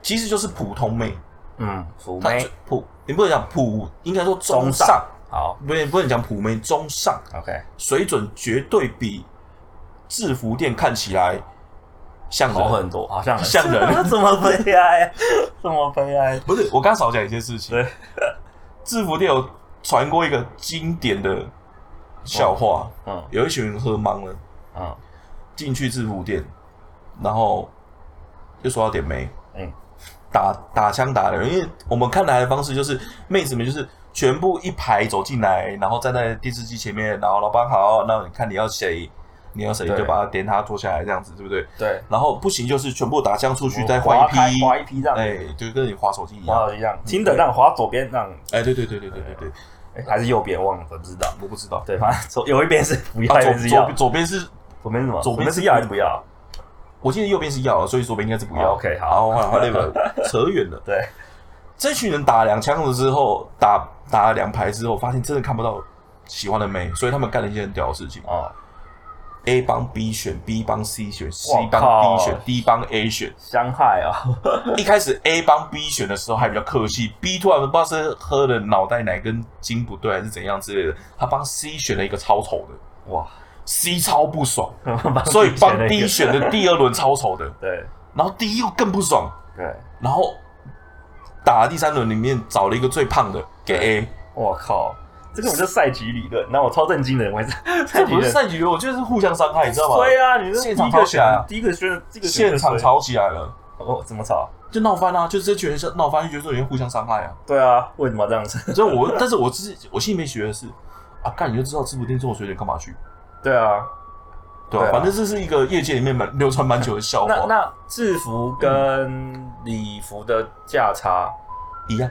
S2: 其实就是普通妹，
S1: 嗯，服
S2: 它
S1: 妹
S2: 就普，你不能讲普，应该说中
S1: 中
S2: 上
S1: 上，好
S2: 不能不能讲普妹，中上
S1: ，OK，
S2: 水准绝对比制服店看起来像人
S1: 好很多，好像
S2: 像人
S1: 怎么悲哀，啊 这么悲哀
S2: 不是，我刚少讲一件事情
S1: 对。
S2: 制服店有传过一个经典的笑话，
S1: 嗯
S2: 有一群人喝懵了，
S1: 嗯
S2: 进去制服店，然后就说要点眉，
S1: 嗯，
S2: 打打枪打人，因为我们看来的方式就是妹子们就是全部一排走进来，然后站在电视机前面，然后老板好，那你看你要谁，你要谁
S1: 对
S2: 就把他点他坐下来这样子，对不对？
S1: 对，
S2: 然后不行就是全部打枪出去再
S1: 哦划
S2: 换一
S1: 开
S2: 批，
S1: 划一批这样，
S2: 哎，就跟你划手机一
S1: 划
S2: 样，
S1: 到一样，听的让划左边让，
S2: 哎，对对对对对对对，
S1: 哎还是右边忘了，不知道。
S2: 我不知道。
S1: 对，反正左有一边是不要，
S2: 啊，
S1: 一
S2: 左
S1: 边是要
S2: 左，左边是，
S1: 左边是什么？
S2: 左边
S1: 边
S2: 是
S1: 是要还是不要？
S2: 我记得右边是要，所以左边应该是不要。
S1: 哦，OK，好
S2: 然后换换那个 扯远了。
S1: 对，
S2: 这群人打两枪了之后，打打了两排之后，发现真的看不到喜欢的妹，所以他们干了一件很屌的事情
S1: 哦，
S2: ：A 帮 B 选，B 帮 C 选，C
S1: 哇
S2: 帮
S1: 靠
S2: D 选，D 帮 A 选。
S1: 伤害啊，
S2: 一开始 A 帮 B 选的时候还比较客气，B 突然不知道是喝了脑袋哪根筋不对还是怎样之类的，他帮 C 选了一个超丑的
S1: 哇，
S2: ，C 超不爽，
S1: 帮
S2: 所以
S1: 自己选
S2: 帮
S1: 了一
S2: D
S1: 个
S2: 选的第二轮超丑的，
S1: 对
S2: 然后 D 又更不爽，
S1: 对，
S2: 然后打第三轮里面找了一个最胖的给 A，
S1: 我靠，这个我就赛局理论，那我超震惊的，我 还是赛
S2: 这
S1: 局理
S2: 不是
S1: 论。
S2: 赛局，我觉得是互相伤害，你知道吗？
S1: 对啊，你是
S2: 现场
S1: 第一
S2: 吵
S1: 个
S2: 起来啊
S1: 选，第一个选，这个选
S2: 现场吵起来了，
S1: 哦，怎么吵？
S2: 就闹翻啊！就是这群人是闹翻，就觉得说人互相伤害啊。
S1: 对啊，为什么要这样子？
S2: 所以我，但是我自己我心里面学的是啊，干你就知道吃不定这种水准干嘛去？
S1: 对啊，
S2: 对吧、
S1: 对啊
S2: 反正这是一个业界里面蛮流传蛮久的笑
S1: 那
S2: 话，
S1: 那制服跟礼服的价差
S2: 一样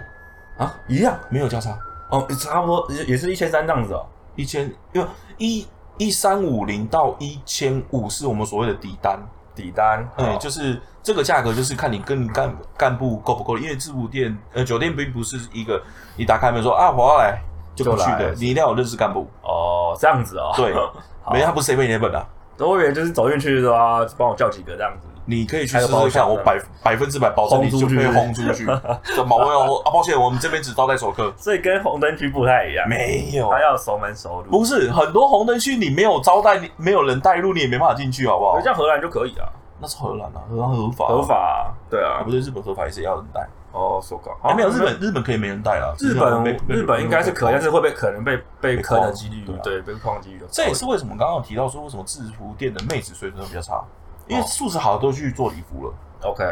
S1: 啊，
S2: 一样没有交叉，
S1: 哦，差不多也也是一千三这样子哦。
S2: 一千因为一一三五零到一千五是我们所谓的底单。
S1: 底单，哦
S2: 嗯，
S1: 好
S2: 就是这个价格，就是看你跟你干干部够不够力，因为制服店呃酒店并不是一个你打开门说啊我要来就不去
S1: 就
S2: 的
S1: 来，
S2: 你一定要有认识干部。
S1: 哦，这样子哦。
S2: 对，
S1: 好
S2: 没他不是 seven eleven 啊，
S1: 啊我以为就是走进去的话，帮我叫几个这样子。
S2: 你可以去
S1: 开
S2: 试
S1: 个
S2: 试
S1: 包
S2: 看，
S1: 厢
S2: 我百百分之百保证你
S1: 轰出
S2: 就
S1: 去
S2: 被轰出 去。这毛朋友啊，抱歉，我们这边只招待熟客，哎
S1: 所以跟红灯区不太一样，
S2: 没有
S1: 他要熟门熟路。
S2: 不是很多红灯区，你没有招待，你没有人带路，你也没办法进去，好不好
S1: 可是？像荷兰就可以啊，
S2: 那是荷兰啊，荷兰合法，
S1: 合法啊，对
S2: 啊，
S1: 啊
S2: 不。对，日本合法也是要人带。
S1: 哦，手稿
S2: 哎，没有日本，日本可以没人带啦。
S1: 日
S2: 没
S1: 本
S2: 没
S1: 日本应该是可以，但是会被可能被被
S2: 被
S1: 坑
S2: 框
S1: 的几率
S2: 对啊，
S1: 对，被框的几率就高一点。
S2: 这也是为什么刚刚有提到说为什么制服店的妹子水准比较
S1: 哦
S2: 差，因为素质好的都去做礼服了。
S1: OK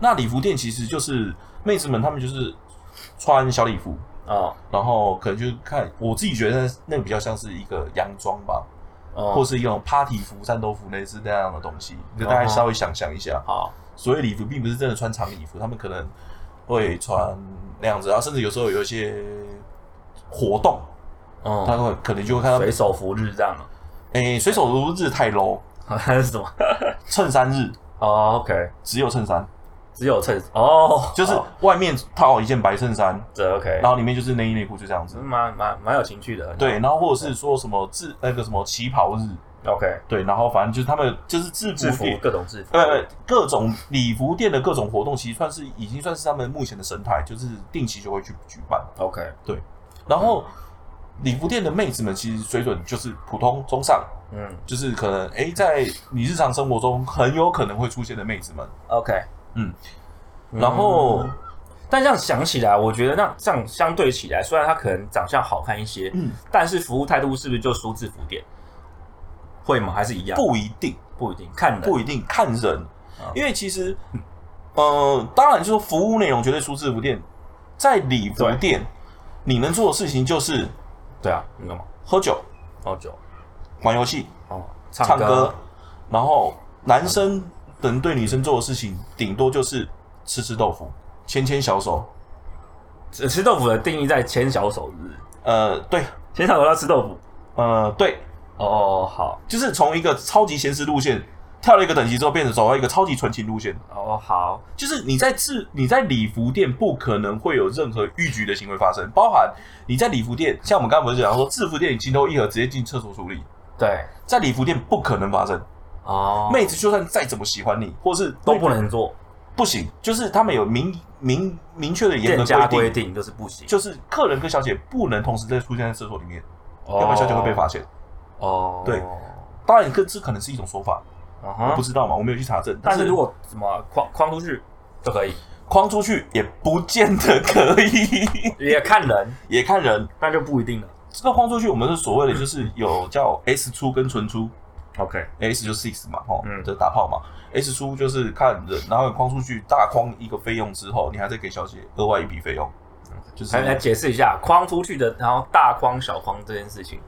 S2: 那礼服店其实就是妹子们，她们就是穿小礼服，
S1: 哦
S2: 然后可能就是看我自己觉得那个比较像是一个洋装吧，
S1: 哦，
S2: 或是一种 party 服、战斗服类似那样的东西，你就
S1: 哦
S2: 大概稍微想象一下。
S1: 好
S2: 所以礼服并不是真的穿长礼服，他们可能会穿那样子，然后甚至有时候有一些活动，他
S1: 嗯，
S2: 会可能就会看到，
S1: 水手服日这样啊，
S2: 诶、水手如日太 low，
S1: 好像是什么？
S2: 衬衫日
S1: 哦，OK，
S2: 只有衬衫，
S1: 只有衬哦，
S2: 就是
S1: 好
S2: 外面套一件白衬衫，
S1: 这 OK，
S2: 然后里面就是内衣内裤，就这样子。
S1: 蛮蛮蛮有情趣的，
S2: 对，然后或者是说什么制那个什么旗袍日，
S1: ，OK，
S2: 对，然后反正就是他们就是制
S1: 制
S2: 服
S1: 服
S2: 店，
S1: 各种制服，
S2: 呃，各种礼服店的各种活动，其实算是已经算是他们目前的生态，就是定期就会去举办。
S1: ，OK，
S2: 然后礼服店的妹子们其实水准就是普通中上，
S1: 嗯
S2: 就是可能诶，在你日常生活中很有可能会出现的妹子们。
S1: ，OK，
S2: 嗯，然后
S1: 嗯但这样想起来，我觉得那这样相对起来，虽然他可能长相好看一些，
S2: 嗯
S1: 但是服务态度是不是就输制服店？会吗？还是一样？
S2: 不一定，
S1: 不一定，看人。
S2: 不一定看人
S1: 啊，
S2: 因为其实，呃，当然就是说服务内容绝对出制服店，在礼服
S1: 对
S2: 店你能做的事情就是
S1: 对啊，你干嘛？
S2: 喝酒、
S1: 喝酒，
S2: 玩游戏、
S1: 哦，
S2: 唱
S1: 唱
S2: 歌，然后男生能对女生做的事情，顶多就是吃吃豆腐、牵牵小手。
S1: 吃吃豆腐的定义在牵小手日，
S2: 呃，对，
S1: 牵小手要吃豆腐。
S2: 呃，对，
S1: 哦，好，
S2: 就是从一个超级闲适路线跳了一个等级之后，变成走到一个超级纯情路线。
S1: 哦，好，
S2: 就是你在制你在礼服店不可能会有任何逾矩的行为发生，包含你在礼服店，像我们刚刚不是讲说制服店你情投意合直接进厕所处理，
S1: 对，
S2: 在礼服店不可能发生。
S1: 哦，
S2: 妹子就算再怎么喜欢你，或是
S1: 都不能做，
S2: 不行，就是他们有明明明确的严
S1: 店家
S2: 格
S1: 规
S2: 规定，
S1: 定就是不行，
S2: 就是客人跟小姐不能同时在出现在厕所里面，
S1: 要
S2: 要不然小姐会被罚。钱。
S1: 哦，
S2: 对当然，这这可能是一种说法，
S1: 嗯
S2: 我不
S1: 哼，
S2: 知道嘛，我没有去查证。
S1: 但是如果什么框框出去就可以，
S2: 框出去也不见得可以，
S1: 也看人，
S2: 也看人。
S1: 但就不一定了。
S2: 这个框出去，我们是所谓的就是有叫 S 出跟纯出
S1: OK，
S2: ，S 就是 six 嘛，吼，
S1: 嗯
S2: 就是打炮嘛。S 出就是看人，然后你框出去大框一个费用之后，你还再给小姐额外一笔费用，就是
S1: 来来解释一下框出去的，然后大框小框这件事情。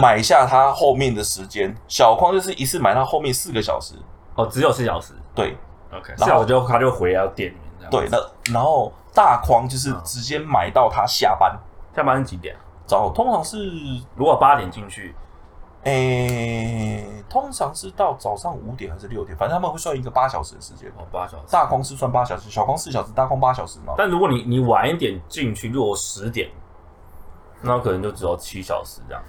S2: 买下它后面的时间。小框就是一次买它后面四个小时，
S1: 哦，只有四小时。
S2: 对
S1: OK，
S2: 然
S1: 四
S2: 后
S1: 小时就他就回到店里面这样。
S2: 对，，那然后大框就是直接买到它下班，
S1: 下班是几点？
S2: 然后通常是
S1: 如果八点进去，
S2: 诶、通常是到早上五点还是六点，反正他们会算一个八小时的时间。
S1: 哦，八小时。
S2: 大框是算八小时，小框四小时，大框八小时嘛。
S1: 但如果你你晚一点进去，如果十点，那可能就只有七小时这样。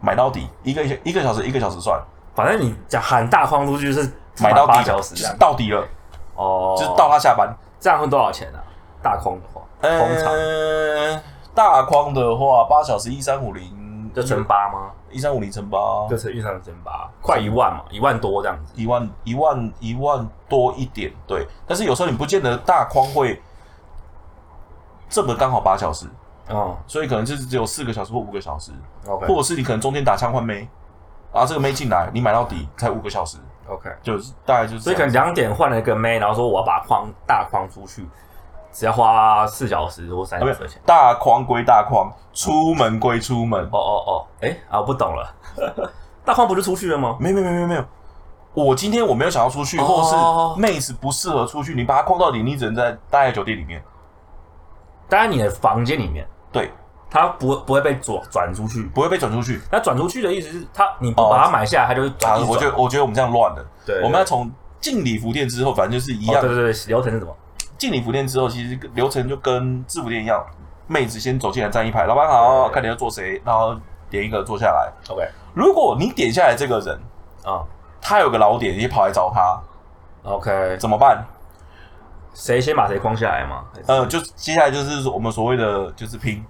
S2: 买到底，一个一个小时一个小时算，
S1: 反正你讲喊大框出去是
S2: 买到底
S1: 八小时
S2: 就
S1: 这
S2: 是
S1: 样。
S2: 到底了，
S1: 哦，
S2: 就是到他下班。
S1: 这样会多少钱啊？大框的话，通常
S2: 呃，大框的话，八小时一三五零
S1: 就乘八吗？
S2: 一三五零乘八
S1: 就，是遇上乘八，快一万嘛，一万多这样子。
S2: 一万一万一万多一点，对。但是有时候你不见得大框会这么刚好八小时，
S1: 哦
S2: 所以可能就是只有四个小时或五个小时，或
S1: ，OK
S2: 者是你可能中间打枪换妹，啊，这个妹进来，你买到底才五个小时，
S1: OK。
S2: 就是大概就是这
S1: 所以
S2: 样。
S1: 可能两点换了一个妹，然后说我要把框大框出去，只要花四小时或三
S2: 啊，
S1: 小
S2: 没
S1: 时的
S2: 有
S1: 钱。
S2: 大框归大框，出门归出门。
S1: 哦哦哦，哎、啊，我不懂了， 大框不就出去了吗？
S2: 没有没有没有没有，我今天我没有想要出去，或
S1: 哦
S2: 者是妹子不适合出去，你把她框到底，你只能在待在酒店里面。
S1: 当然你的房间里面，
S2: 对，
S1: 它不不会被转转出去。
S2: 不会被转出去。
S1: 那转出去的意思是，它你不把它买下来，它就会
S2: 啊，
S1: 转一直转。
S2: 我觉得我觉得我们这样乱了。
S1: 对对
S2: 我们要从进礼服店之后，反正就是一
S1: 哦
S2: 样
S1: 对。对对，流程是什么？
S2: 进礼服店之后，其实流程就跟制服店一样，妹子先走进来站一排，老板好，
S1: 对
S2: 看你要做谁，然后点一个坐下来。
S1: OK
S2: 如果你点下来这个人，
S1: 啊、
S2: 他有个老点也跑来找他，
S1: OK，
S2: 怎么办？
S1: 谁先把谁框下来嘛？
S2: 呃，就接下来就是我们所谓的就是拼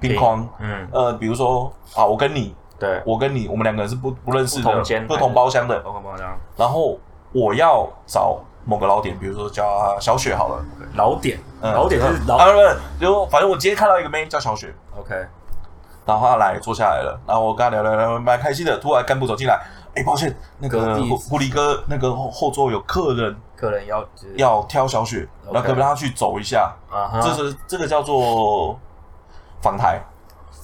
S2: 拼框，
S1: 嗯，
S2: 呃，比如说啊，我跟你，
S1: 对，
S2: 我跟你，我们两个人是不不认识的，
S1: 不同间
S2: 不同包厢的，
S1: 包括包厢
S2: 然后我要找某个老点，比如说叫他小雪好了，
S1: 老点，
S2: 嗯
S1: 老点就是
S2: 啊
S1: 老
S2: 不不，就反正我今天看到一个妹叫小雪，
S1: OK，
S2: 然后她来坐下来了，然后我跟她聊聊聊，蛮开心的。突然干部走进来，哎，抱歉，那
S1: 隔
S2: 个
S1: 壁
S2: 狐狐狸哥那个后后座有客人
S1: 客人要就是
S2: 要挑小雪，然
S1: OK
S2: 后可不可以让他去走一下？
S1: 啊哈，
S2: 这是这个叫做访台，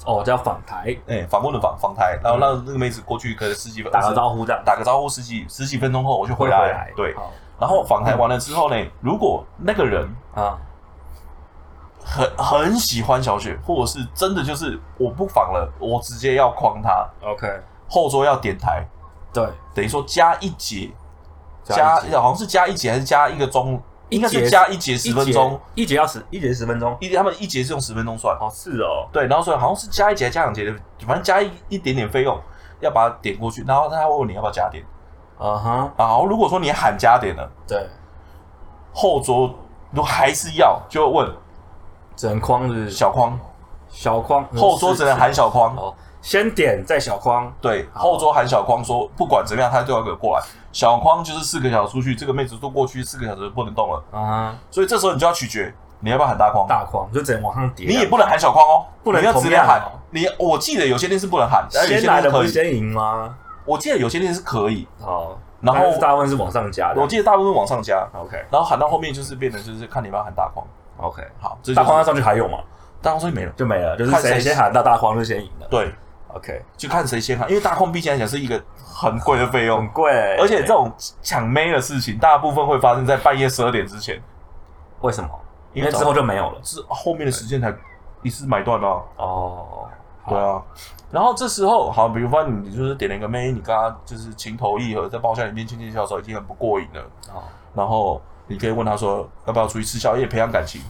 S1: 哦叫访台
S2: 哎，访问的访访台，然后让那个妹子过去，可能十几分
S1: 打个
S2: 呼，
S1: 招呼这样，
S2: 打个招呼，十几十几分钟后我就回
S1: 来嗯
S2: 来。对，
S1: 好
S2: 然后访台完了之后呢，如果那个人
S1: 啊，
S2: 很很喜欢小雪，或者是真的就是我不仿了，我直接要框他，
S1: OK，
S2: 后桌要点台，
S1: 对，
S2: 等于说加一节，加
S1: 加一节
S2: 好像是加一节还是加一个钟，
S1: 一节
S2: 应该是加一节十分钟，
S1: 一节一节要十，一节十分钟。
S2: 一他们一节是用十分钟算，
S1: 哦，是哦，
S2: 对，然后所以好像是加一节还是加两节的，反正加一一点点费用要把它点过去，然后他会问你要不要加点，
S1: 啊哈，
S2: 然后如果说你喊加点了，
S1: 对，
S2: 后桌都还是要就会问
S1: 只能框是小
S2: 小框，
S1: 小框，
S2: 后桌只能喊小框，
S1: 哦，先点再小框，
S2: 对，
S1: 好
S2: 后桌喊小匡说，不管怎么样，他都要给我过来。小匡就是四个小时出去，这个妹子都过去四个小时不能动了，
S1: 啊哈，
S2: 所以这时候你就要取决，你要不要喊大匡？
S1: 大框就只能往上啊叠，
S2: 你也不能喊小匡哦，
S1: 不能
S2: 你要直接
S1: 同
S2: 喊
S1: 样哦。
S2: 你我记得有些店是不能喊，但有些
S1: 先来
S2: 店是
S1: 的不
S2: 可
S1: 是
S2: 以。
S1: 先赢吗？
S2: 我记得有些店是可以，
S1: 好，
S2: 然后
S1: 但是大部分是往上加的
S2: 我。记得大部分往上加，
S1: OK
S2: 然后喊到后面就是变成就是看你要不要喊大匡。
S1: OK，
S2: 好，这就是
S1: 大框要上去还有吗？
S2: 大匡所以没了。
S1: 就没了，就是
S2: 看谁
S1: 谁先喊到大框就先赢了。
S2: 对，
S1: OK，
S2: 就看谁先喊，因为大匡毕竟来讲是一个很贵的费用
S1: 很，贵，
S2: 而且这种抢妹的事情，大部分会发生在半夜十二点之前。
S1: 为什么？
S2: 因
S1: 因
S2: 为
S1: 为之后就没有了。
S2: 是后面的时间才一次买断啊。
S1: 哦，好
S2: 对啊，然后这时候好，比如说你就是点了一个妹，你跟她就是情投意合，在包厢里面牵牵小手已经很不过瘾了。
S1: 哦，
S2: 然后你可以问她说要不要出去吃宵夜培养感情。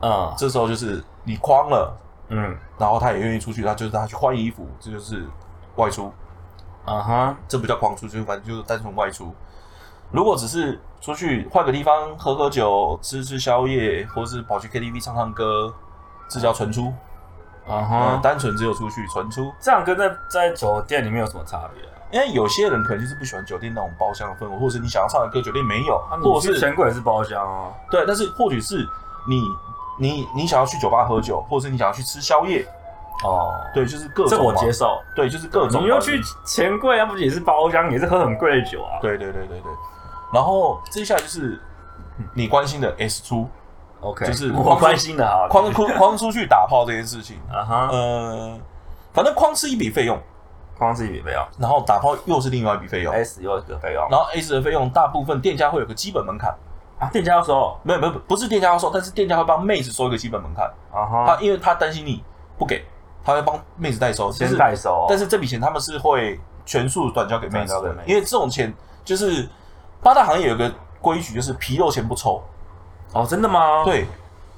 S1: 嗯
S2: 这时候就是你框了，
S1: 嗯
S2: 然后她也愿意出去，她就是她去换衣服，这就是外出，
S1: 啊哈，
S2: 这不叫框出去，反正就是单纯外出。如果只是出去换个地方喝喝酒、吃吃宵夜，或是跑去 KTV 唱唱歌，这叫纯出。
S1: 啊
S2: 嗯，
S1: 哈，
S2: 单纯只有出去纯出，
S1: 这样跟在在酒店里面有什么差别啊？
S2: 因为有些人可能就是不喜欢酒店那种包厢的氛围，或者是你想要唱的歌酒店没有，
S1: 啊你
S2: 或者
S1: 去
S2: 是
S1: 钱柜也是包厢哦。
S2: 对，但是或许是你你你想要去酒吧喝酒，或者是你想要去吃宵夜，
S1: 哦，
S2: 对，就是各种
S1: 这我
S2: 嘛
S1: 接受。
S2: 对，就是各种
S1: 你又去钱柜，那不也是包厢，也是喝很贵的酒啊？
S2: 对对对对对，然后接下来就是你关心的 S 出
S1: ，OK，
S2: 就是
S1: 我关心的啊。
S2: 框框框出去打炮这件事情，
S1: 啊哈，
S2: 呃，反正框是一笔费用，
S1: 框是一笔费用
S2: 然后打炮又是另外一笔费用，
S1: ，S 又一个费用
S2: 然后 S 的费用大部分店家会有个基本门槛。
S1: 啊，店家要收
S2: 没有没有，不是店家要收，但是店家会帮妹子收一个基本门槛。
S1: 啊哈
S2: 他，因为他担心你不给，他会帮妹子代收。
S1: 先
S2: 但是
S1: 代收，
S2: 但是这笔钱他们是会全数转交给妹
S1: 转
S2: 子
S1: 交给
S2: 的
S1: 妹，子
S2: 因为这种钱就是八大行业有一个规矩，就是皮肉钱不抽。
S1: 哦，真的吗？
S2: 对，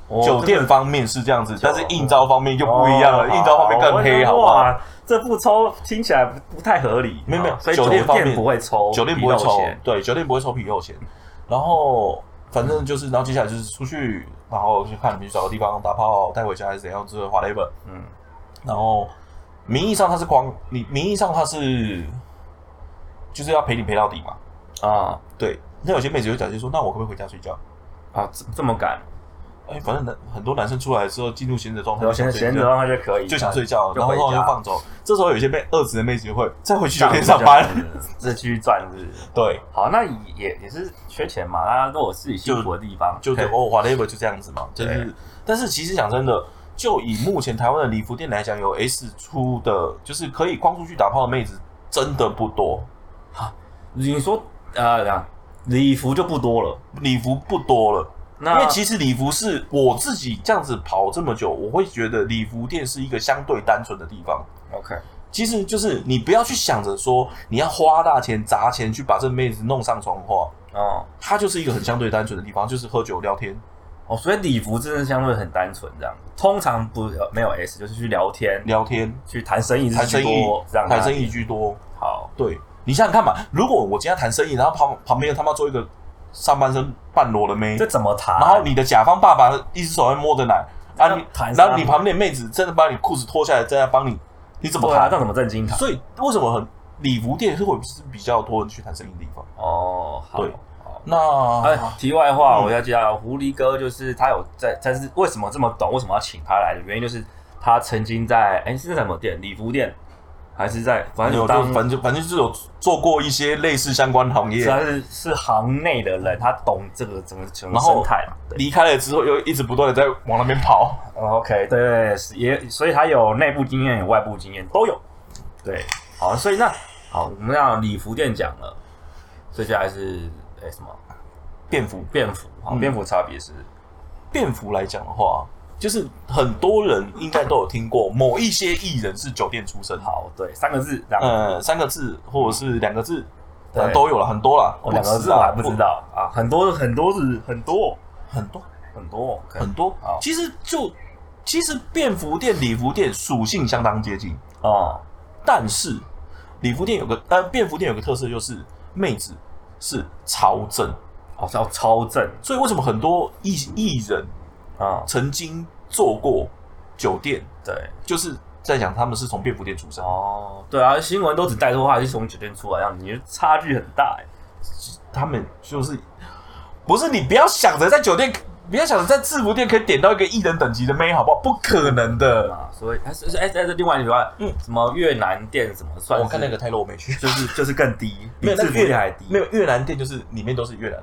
S1: 哦，
S2: 酒店方面是这样子，但是应招方面就
S1: 就
S2: 不一样了，应招方面更黑，好不好？
S1: 哦哇，这不抽听起来不不太合理，哦
S2: 没有没有
S1: 所以
S2: 酒
S1: 酒
S2: 店方面
S1: 不会抽，
S2: 酒店不会
S1: 皮肉
S2: 抽
S1: 钱，
S2: 对，酒店不会抽皮肉钱。然后反正就是，然后接下来就是出去，然后去看你们去找个地方打炮，带回家还是怎样之类的，whatever。
S1: 嗯，
S2: 然后名义上他是框，你名义上他是就是要陪你陪到底嘛。
S1: 啊
S2: 对，那有些妹子就讲就说，那我可不可以回家睡觉？
S1: 啊，这这么赶，
S2: 哎，反正男很多男生出来之后进入闲着啊状态
S1: 然
S2: 哦就
S1: 后闲
S2: 想睡觉，
S1: 闲着的话就可以，
S2: 就想睡觉，
S1: 就
S2: 然后
S1: 回
S2: 然后
S1: 家
S2: 就放走。这时候有些被二职的妹子就会再回去酒店上班。
S1: 这 样子，这继续赚是不是。
S2: 对，
S1: 好，那也也是缺钱嘛，大家都有自己幸福的地方，
S2: 就
S1: 可
S2: 是
S1: 以
S2: 哦，whatever 就这样子嘛。就是
S1: 对，
S2: 但是其实讲真的。就以目前台湾的礼服店来讲，有 S 出的，就是可以框出去打炮的妹子真的不多，
S1: 你说呃，怎样礼服就不多了，
S2: 礼服不多了。
S1: 那
S2: 因为其实礼服是我自己这样子跑这么久，我会觉得礼服店是一个相对单纯的地方。
S1: OK
S2: 其实就是你不要去想着说你要花大钱砸钱去把这妹子弄上床的话，
S1: 哦
S2: 它就是一个很相对单纯的地方，就是喝酒聊天，
S1: 哦，所以礼服真的相对很单纯，这样通常不呃没有 S 就是去聊天，
S2: 聊天
S1: 去谈生意是
S2: 谈生
S1: 居
S2: 意
S1: 多，这样，
S2: 谈生
S1: 意
S2: 意居多。
S1: 好
S2: 对，你想想看嘛，如果我今天谈生意，然后旁旁边他妈做一个上半身半裸的妹
S1: 这，怎么谈？
S2: 嗯然后你的甲方爸爸一只手在摸着奶啊，你
S1: 谈啥
S2: 然后你旁边的妹子真的把你裤子脱下来，正在帮你，你怎么
S1: 对啊，
S2: 谈
S1: 那？怎么正经谈？
S2: 所以为什么很礼服店是会是比较多人去谈生意的地方？
S1: 哦，好
S2: 对。
S1: 好
S2: 那、
S1: 哎，题外话，
S2: 嗯
S1: 我要介绍狐狸哥，就是他有在，但是为什么这么懂？为什么要请他来的原因就是他曾经在哎是在什么店？礼服店还是在反
S2: 反
S1: 正
S2: 正
S1: 有
S2: 有
S1: 哎当
S2: 就反正反正就是有做过一些类似相关行业
S1: 是，啊他是是行内的人，他懂这个整个整个
S2: 然后
S1: 生态嘛。对
S2: 离开了之后又一直不断的在往那边跑。
S1: 哦 OK，对对对，是也所以他有内部经验，有外部经验都有。对，好，所以那好，我们让礼服店讲了，所以接下来是哎什么
S2: 便服，
S1: 便服？好，
S2: 嗯
S1: 便服差别是
S2: 便服来讲的话，就是很多人应该都有听过，某一些艺人是酒店出身，
S1: 好，对，三个字，然后
S2: 呃，三个字或者是两个字，
S1: 对哦
S2: 呃，都有了，很多了，
S1: 我两个
S2: 不止
S1: 字
S2: 啊
S1: 我还不知，道啊，很多很多是很多
S2: 不很多
S1: 很多
S2: 很多
S1: 好。
S2: 其实就其实便服店、礼服店属性相当接近，
S1: 哦，
S2: 但是礼服店有个呃，便服店有个特色就是妹子是超正，
S1: 好像超正
S2: 所以为什么很多艺艺人
S1: 啊，
S2: 曾经做过酒店，
S1: 对
S2: 就是在讲他们是从便服店出身。
S1: 哦，对啊，新闻都只带出话是从酒店出来，让你差距很大哎。
S2: 他们就是不是你不要想着在酒店，不要想着在制服店可以点到一个艺人等级的妹，好不好？不可能的。
S1: 啊，所以还是哎，但是另外一个嗯
S2: 嗯，哦
S1: 什么越南店什么算是？
S2: 我看那个泰勒我没去，
S1: 就是就是更低，比
S2: 没有
S1: 制
S2: 那
S1: 服
S2: 个
S1: 店
S2: 越
S1: 还低。
S2: 没有越南店就是里面都是越南。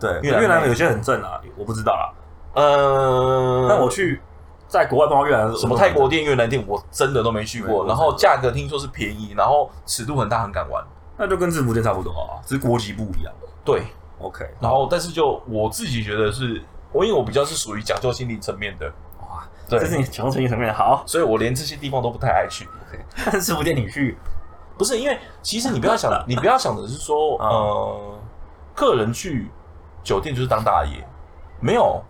S1: 对，
S2: 越南
S1: 越南
S2: 那
S1: 的
S2: 个
S1: 有些很正啊，我不知道啦。
S2: 呃，
S1: 但我去在国外碰到越南的
S2: 什么泰国店、越南店，我真的都没去
S1: 对我
S2: 过。
S1: 真的
S2: 然后价格听说是便宜，然后尺度很大，很敢玩。
S1: 那就跟制服店差不多啊，只是国籍不一样。
S2: 对，
S1: OK，
S2: 然后但是就我自己觉得是，我因为我比较是属于讲究心理层面的，
S1: 哇，
S2: 对
S1: 这是你强成一层面好。
S2: 所以我连这些地方都不太爱去。
S1: 但制服店你去
S2: 不是因为，其实你不 要想，你不要想的是说，
S1: 嗯
S2: 呃，客人去酒店就是当大爷，没有，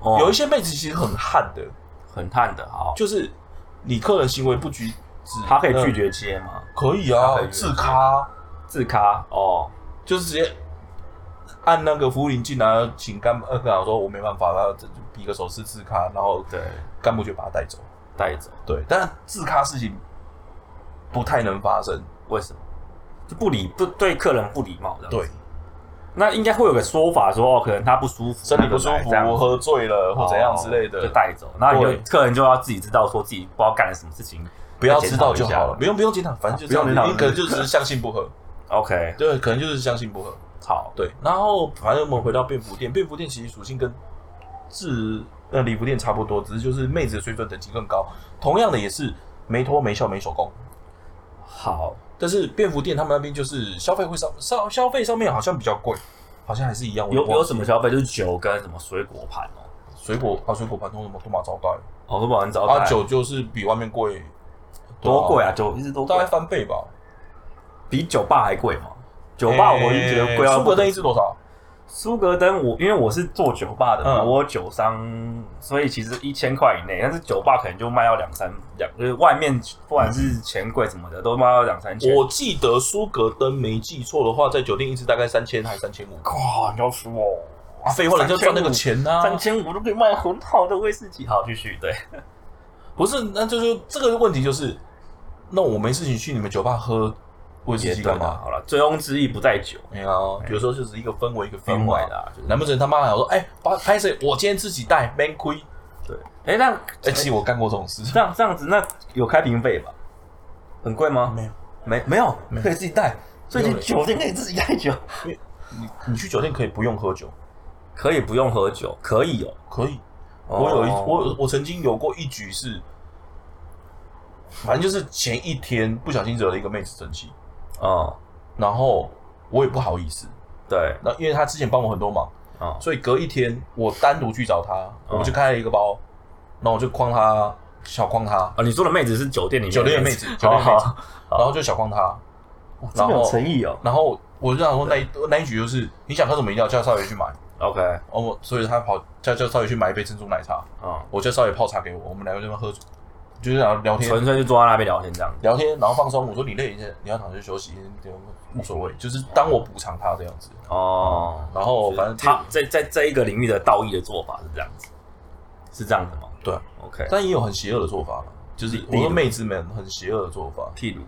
S1: 哦
S2: 有一些妹子其实很悍的，
S1: 很烫的，好，
S2: 就是你客人行为不拘止，
S1: 他可以拒绝
S2: 绝，
S1: 接吗？
S2: 可以
S1: 她
S2: 啊
S1: 可以，拒绝
S2: 自咖
S1: 自咖哦，
S2: 就是直接按那个服务铃进来，请干呃，跟我说我没办法，然后就比个手势自咖，然后
S1: 对，
S2: 干部就把他带走。
S1: 带走，
S2: 对，但自咖事情不太能发生，
S1: 为什么？就不礼不对客人不礼貌的。，
S2: 对，
S1: 那应该会有个说法说哦，可能他不舒服，
S2: 身体不舒
S1: 他就来这样
S2: 服，喝醉了或怎样之类的，
S1: 哦就带走。那你就
S2: 对
S1: 客人就要自己知道说自己不知道干了什么事情，
S2: 不要知道就好
S1: 再
S2: 了，
S1: 检
S2: 不用不用检讨，反正就这
S1: 啊不用检讨
S2: 样，你可能就只是相信不 合，
S1: 讨一下。OK，
S2: 对，可能就是相信不合，
S1: 好，
S2: 对。然后反正我们回到便服店，便服店其实属性跟制呃礼服店差不多，只是就是妹子的水准等级更高，同样的也是没脱没笑没手工，
S1: 好，
S2: 但是便服店他们那边就是消费会上上消费上面好像比较贵，好像还是一样，我
S1: 有
S2: 忘
S1: 有
S2: 记
S1: 什么消费？就是酒跟什么水果盘哦，
S2: 水果啊水果盘通什么都马招待，
S1: 哦，都不能找
S2: 啊酒就是比外面贵
S1: 多贵啊，酒一直都
S2: 对啊，
S1: 贵
S2: 大概，翻倍吧。
S1: 比酒吧还贵嘛。酒吧
S2: 哎
S1: 我已经觉得贵到
S2: 苏格
S1: 不
S2: 登
S1: 行
S2: 一支多少？
S1: 苏格登我，因为我是做酒吧的嘛，
S2: 嗯
S1: 我有酒商，所以其实一千块以内，但是酒吧可能就卖到两三两，就是外面不管是钱柜什么的，都卖到两三千。
S2: 我记得苏格登没记错的话，在酒店一次大概三千还三千五。
S1: 靠，你要说哦，
S2: 废话，人家赚那个钱呐、
S1: 三千五都可以卖很好的威士忌。好，继续对，
S2: 不是，那就是这个问题就是，那我没事情去你们酒吧喝威士忌干
S1: 啦
S2: 嘛？
S1: 好了，醉翁之意不在酒，
S2: 没有，哎有时候就是一个氛围，一个氛
S1: 分外
S2: 围
S1: 的、
S2: 的。
S1: 啊，就是
S2: 难不成他妈还说，哎、把拍谁？我今天自己带，man 亏。
S1: 对。哎、那
S2: 哎、其实我干过这种 事。
S1: 这样这样子，那有开瓶费吧？很贵吗？
S2: 啊没有，
S1: 没没有，
S2: 没有
S1: 可以自己带，所以
S2: 没
S1: 你
S2: 有嘞
S1: 酒店可以自己带酒，
S2: 你你去酒店可以不用喝酒，
S1: 可以不用喝酒，可以哦。
S2: 可以。我有一
S1: 哦
S2: 我我曾经有过一局是，反正就是前一天不小心惹了一个妹子生气，
S1: 哦，
S2: 然后我也不好意思，
S1: 对，
S2: 那因为他之前帮我很多忙，
S1: 哦，
S2: 所以隔一天我单独去找他，
S1: 嗯
S2: 我就开了一个包，然后我就框他，小框他，
S1: 啊，你说的妹子是酒店里面
S2: 酒店的妹子，酒
S1: 好
S2: 店的妹子
S1: 好，，
S2: 然后就小框他，
S1: 哇这
S2: 然
S1: 么
S2: 后
S1: 有诚意哦。
S2: 然后我就想说那一那一局就是你想喝什么饮料，叫少爷去买，
S1: OK，
S2: 哦，我所以他跑叫叫少爷去买一杯珍珠奶茶，
S1: 嗯，
S2: 我叫少爷泡茶给我，我们两个在那边喝，就是聊聊天啊
S1: 纯粹就坐在那边聊天这样子。
S2: 聊天，然后放松。我说你累一下，你要躺下休息，无所谓，就是当我补偿他这样子。
S1: 哦，
S2: 然后反正
S1: 他在在这一个领域的道义的做法是这样子，是这样子吗
S2: 对啊，
S1: ？OK，
S2: 但也有很邪恶的做法嘛，就是
S1: 例
S2: 我说
S1: 如
S2: 妹子们很邪恶的做法。
S1: 譬如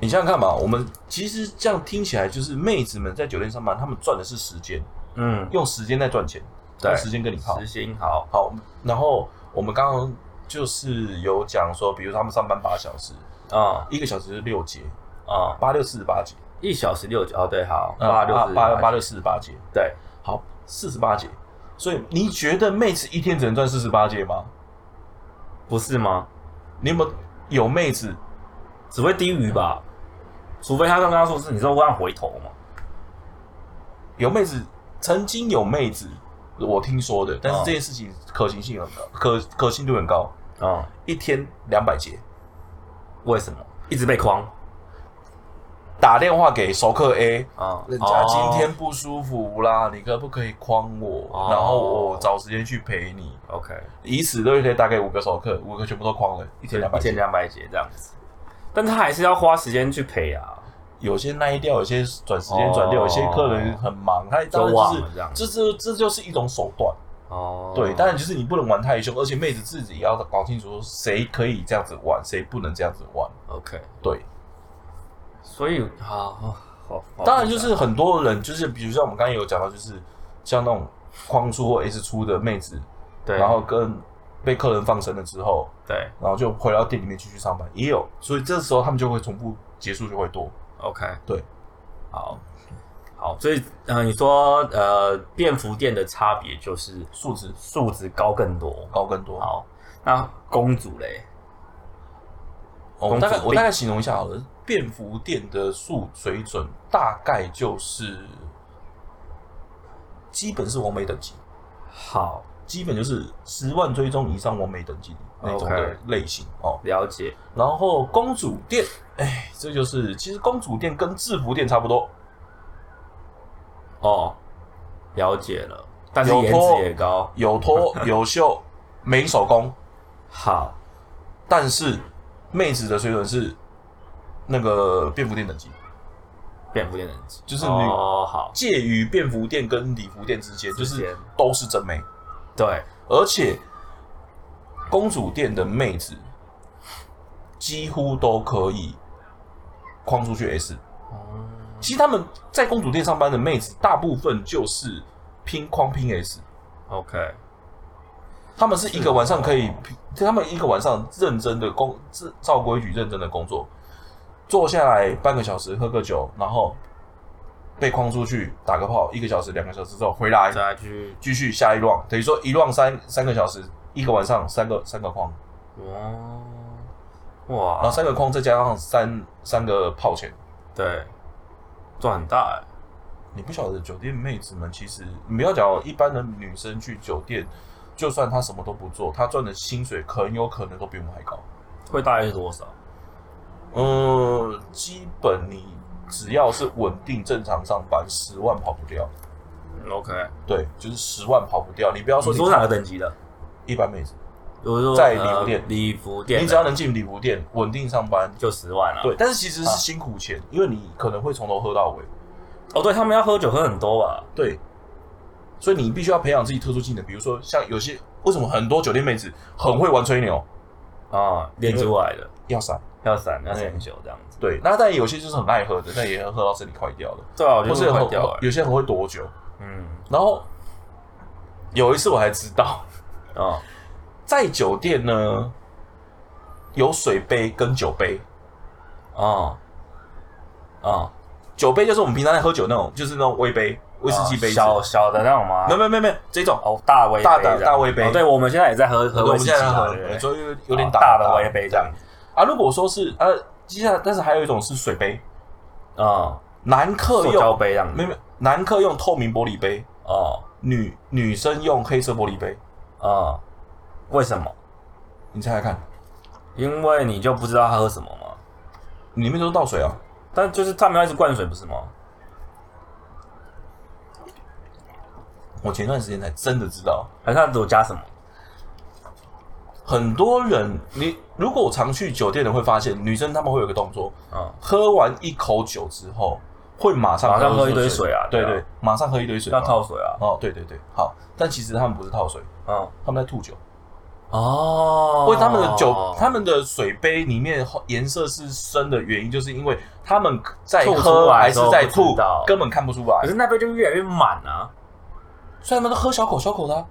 S2: 你想想看嘛，我们其实这样听起来就是妹子们在酒店上班，她们赚的是时间，
S1: 嗯，
S2: 用时间在赚钱，
S1: 对
S2: 用时间跟你耗
S1: 实。心好，
S2: 好，然后我们刚刚就是有讲说，比如他们上班八小时，
S1: 嗯
S2: 一个小时是六节，
S1: 嗯，
S2: 八六四十八节，
S1: 一小时六节哦，对，好，
S2: 呃
S1: 八六四
S2: 八八，六四十八节，
S1: 对，
S2: 好，四十八节。所以你觉得妹子一天只能赚四十八节吗？
S1: 不是吗？
S2: 你有没有有妹子？
S1: 只会低于吧，除非他刚刚说是你说我让回头嘛，
S2: 有妹子曾经有妹子，我听说的，但是
S1: 哦
S2: 这件事情可行性很高，可可信度很高，
S1: 嗯，
S2: 一天两百节。
S1: 为什么一直被框？
S2: 打电话给熟客 A，
S1: 嗯，
S2: 人家今天不舒服啦，你可不可以诓我？
S1: 哦
S2: 然后我找时间去陪你，
S1: 哦 OK，
S2: 以此类推，大概五个熟客，五个全部都诓了，一
S1: 一
S2: 天两百
S1: 千
S2: 件。
S1: 两百节这样子，但他还是要花时间去陪啊，
S2: 有些耐掉，有些转时间转掉，
S1: 哦
S2: 有些客人很忙，他
S1: 就
S2: 当然
S1: 忘了这样
S2: 就是这这这就是一种手段。
S1: 哦，
S2: 对，当然就是你不能玩太凶，而且妹子自己也要搞清楚谁可以这样子玩，谁不能这样子玩。
S1: OK，
S2: 对，
S1: 所以好好好，好
S2: 当然就是很多人就是，比如像我们刚才有讲到，就是像那种框出或 S 出的妹子，
S1: 对，
S2: 然后跟被客人放生了之后，
S1: 对
S2: 然后就回到店里面继续上班，也有，所以这时候他们就会重复结束就会多。
S1: OK，
S2: 对，
S1: 好，好，所以呃，你说呃，便服店的差别就是
S2: 素质
S1: 素质高更多。
S2: 高更多。
S1: 好，那公主嘞，
S2: 哦我大概
S1: 公主病
S2: 我大概形容一下好了，便服店的素水准大概就是基本是完美等级，
S1: 好，
S2: 基本就是十万追踪以上完美等级那种的
S1: OK
S2: 类型哦。
S1: 了解，
S2: 然后公主店，哎，这就是其实公主店跟制服店差不多，
S1: 哦，了解了，但是
S2: 有
S1: 颜
S2: 托
S1: 值也高，
S2: 有 脱有秀，没手工，
S1: 好，
S2: 但是妹子的水准是那个便服店等级，
S1: 便服店等级
S2: 就是你
S1: 哦，好，
S2: 介于便服店跟礼服店之间，就
S1: 之间
S2: 是都是真美，
S1: 对，
S2: 而且公主店的妹子几乎都可以框出去 S。其实他们在公主店上班的妹子，大部分就是拼框拼 S，
S1: OK，
S2: 他们是一个晚上可以拼，他们一个晚上认真的工，自照规矩认真的工作，坐下来半个小时喝个酒，然后被框出去打个炮，一个小时两个小时之后回来，
S1: 再去，
S2: 继续下一 round，等于说一 round 三三个小时，一个晚上三个三个框，
S1: 哦，
S2: 然后
S1: 哇，
S2: 三个框再加上三三个泡钱，
S1: 对，赚很大哎，
S2: 你不晓得酒店妹子们其实你不要讲哦一般的女生去酒店，就算她什么都不做，她赚的薪水很有可能都比我们还高。
S1: 会大约是多少？
S2: 嗯，基本你只要是稳定正常上班，十万跑不掉。
S1: 嗯 OK，
S2: 对，就是十万跑不掉。你不要说
S1: 你说哪个等级的？
S2: 一般妹子，
S1: 我说
S2: 在
S1: 呃
S2: 礼服店
S1: 礼服店的，啊
S2: 你只要能进礼服店稳定上班，
S1: 就十万了。，啊
S2: 对，但是其实是辛苦钱，因为你可能会从头喝到尾。
S1: 哦，对他们要喝酒喝很多吧？
S2: 对，所以你必须要培养自己特殊技能，比如说像有些为什么很多酒店妹子很会玩吹牛，
S1: 啊，练出来的，
S2: 要闪。
S1: 要散要散酒这样子。
S2: 对，那但有些就是很爱喝的，但也喝到身体快掉欸了，
S1: 对啊，我
S2: 或
S1: 就是是
S2: 很
S1: 坏掉了。
S2: 有些很会躲酒。
S1: 嗯，
S2: 然后有一次我还知道，
S1: 啊，
S2: 在酒店呢有水杯跟酒杯，
S1: 啊，啊，
S2: 酒杯就是我们平常在喝酒那种，就是那种微杯、威士忌杯子。
S1: 小哦小的那种吗
S2: 没？有没有没有没有这种，
S1: 哦，大威
S2: 大
S1: 杯这样
S2: 的大威杯
S1: 哦对，我们现在也在喝喝
S2: 我
S1: 威
S2: 们
S1: 士忌
S2: 现在
S1: 啊，
S2: 喝
S1: 对不对，
S2: 所以有点
S1: 哦
S2: 打
S1: 大的威杯这样。
S2: 啊，如果说是呃，接下来但是还有一种是水杯，
S1: 啊，
S2: 男客
S1: 塑胶
S2: 用
S1: 杯这样
S2: 没
S1: 子。
S2: 有没有，男客用透明玻璃杯，
S1: 哦，
S2: 女女生用黑色玻璃杯，
S1: 啊，为什么？
S2: 你猜猜看，
S1: 因为你就不知道他喝什么嘛。
S2: 里面都是倒水啊，
S1: 但就是他们要一直灌水，不是吗？
S2: 我前段时间才真的知道，
S1: 还是他有加什么？
S2: 很多人，你如果常去酒店的会发现，女生她们会有一个动作，
S1: 嗯，
S2: 喝完一口酒之后，会马上
S1: 马上喝一堆水啊，
S2: 对
S1: 啊
S2: 对，马上喝一堆水嘛，
S1: 要套水啊，
S2: 哦，对对对，好，但其实他们不是套水，
S1: 嗯，
S2: 他们在吐酒，
S3: 哦
S2: 因为他们的
S1: 哦
S2: 酒，他们的水杯里面颜色是深的原因，就是因为他们在
S3: 吐出
S2: 喝
S3: 来
S2: 还
S3: 的时
S2: 是
S3: 候
S2: 在
S3: 不
S2: 吐
S3: 知道，
S2: 根本看不出
S1: 可
S2: 来，
S1: 是那杯就越来越满啊。
S2: 所以他们都喝小口小口的啊。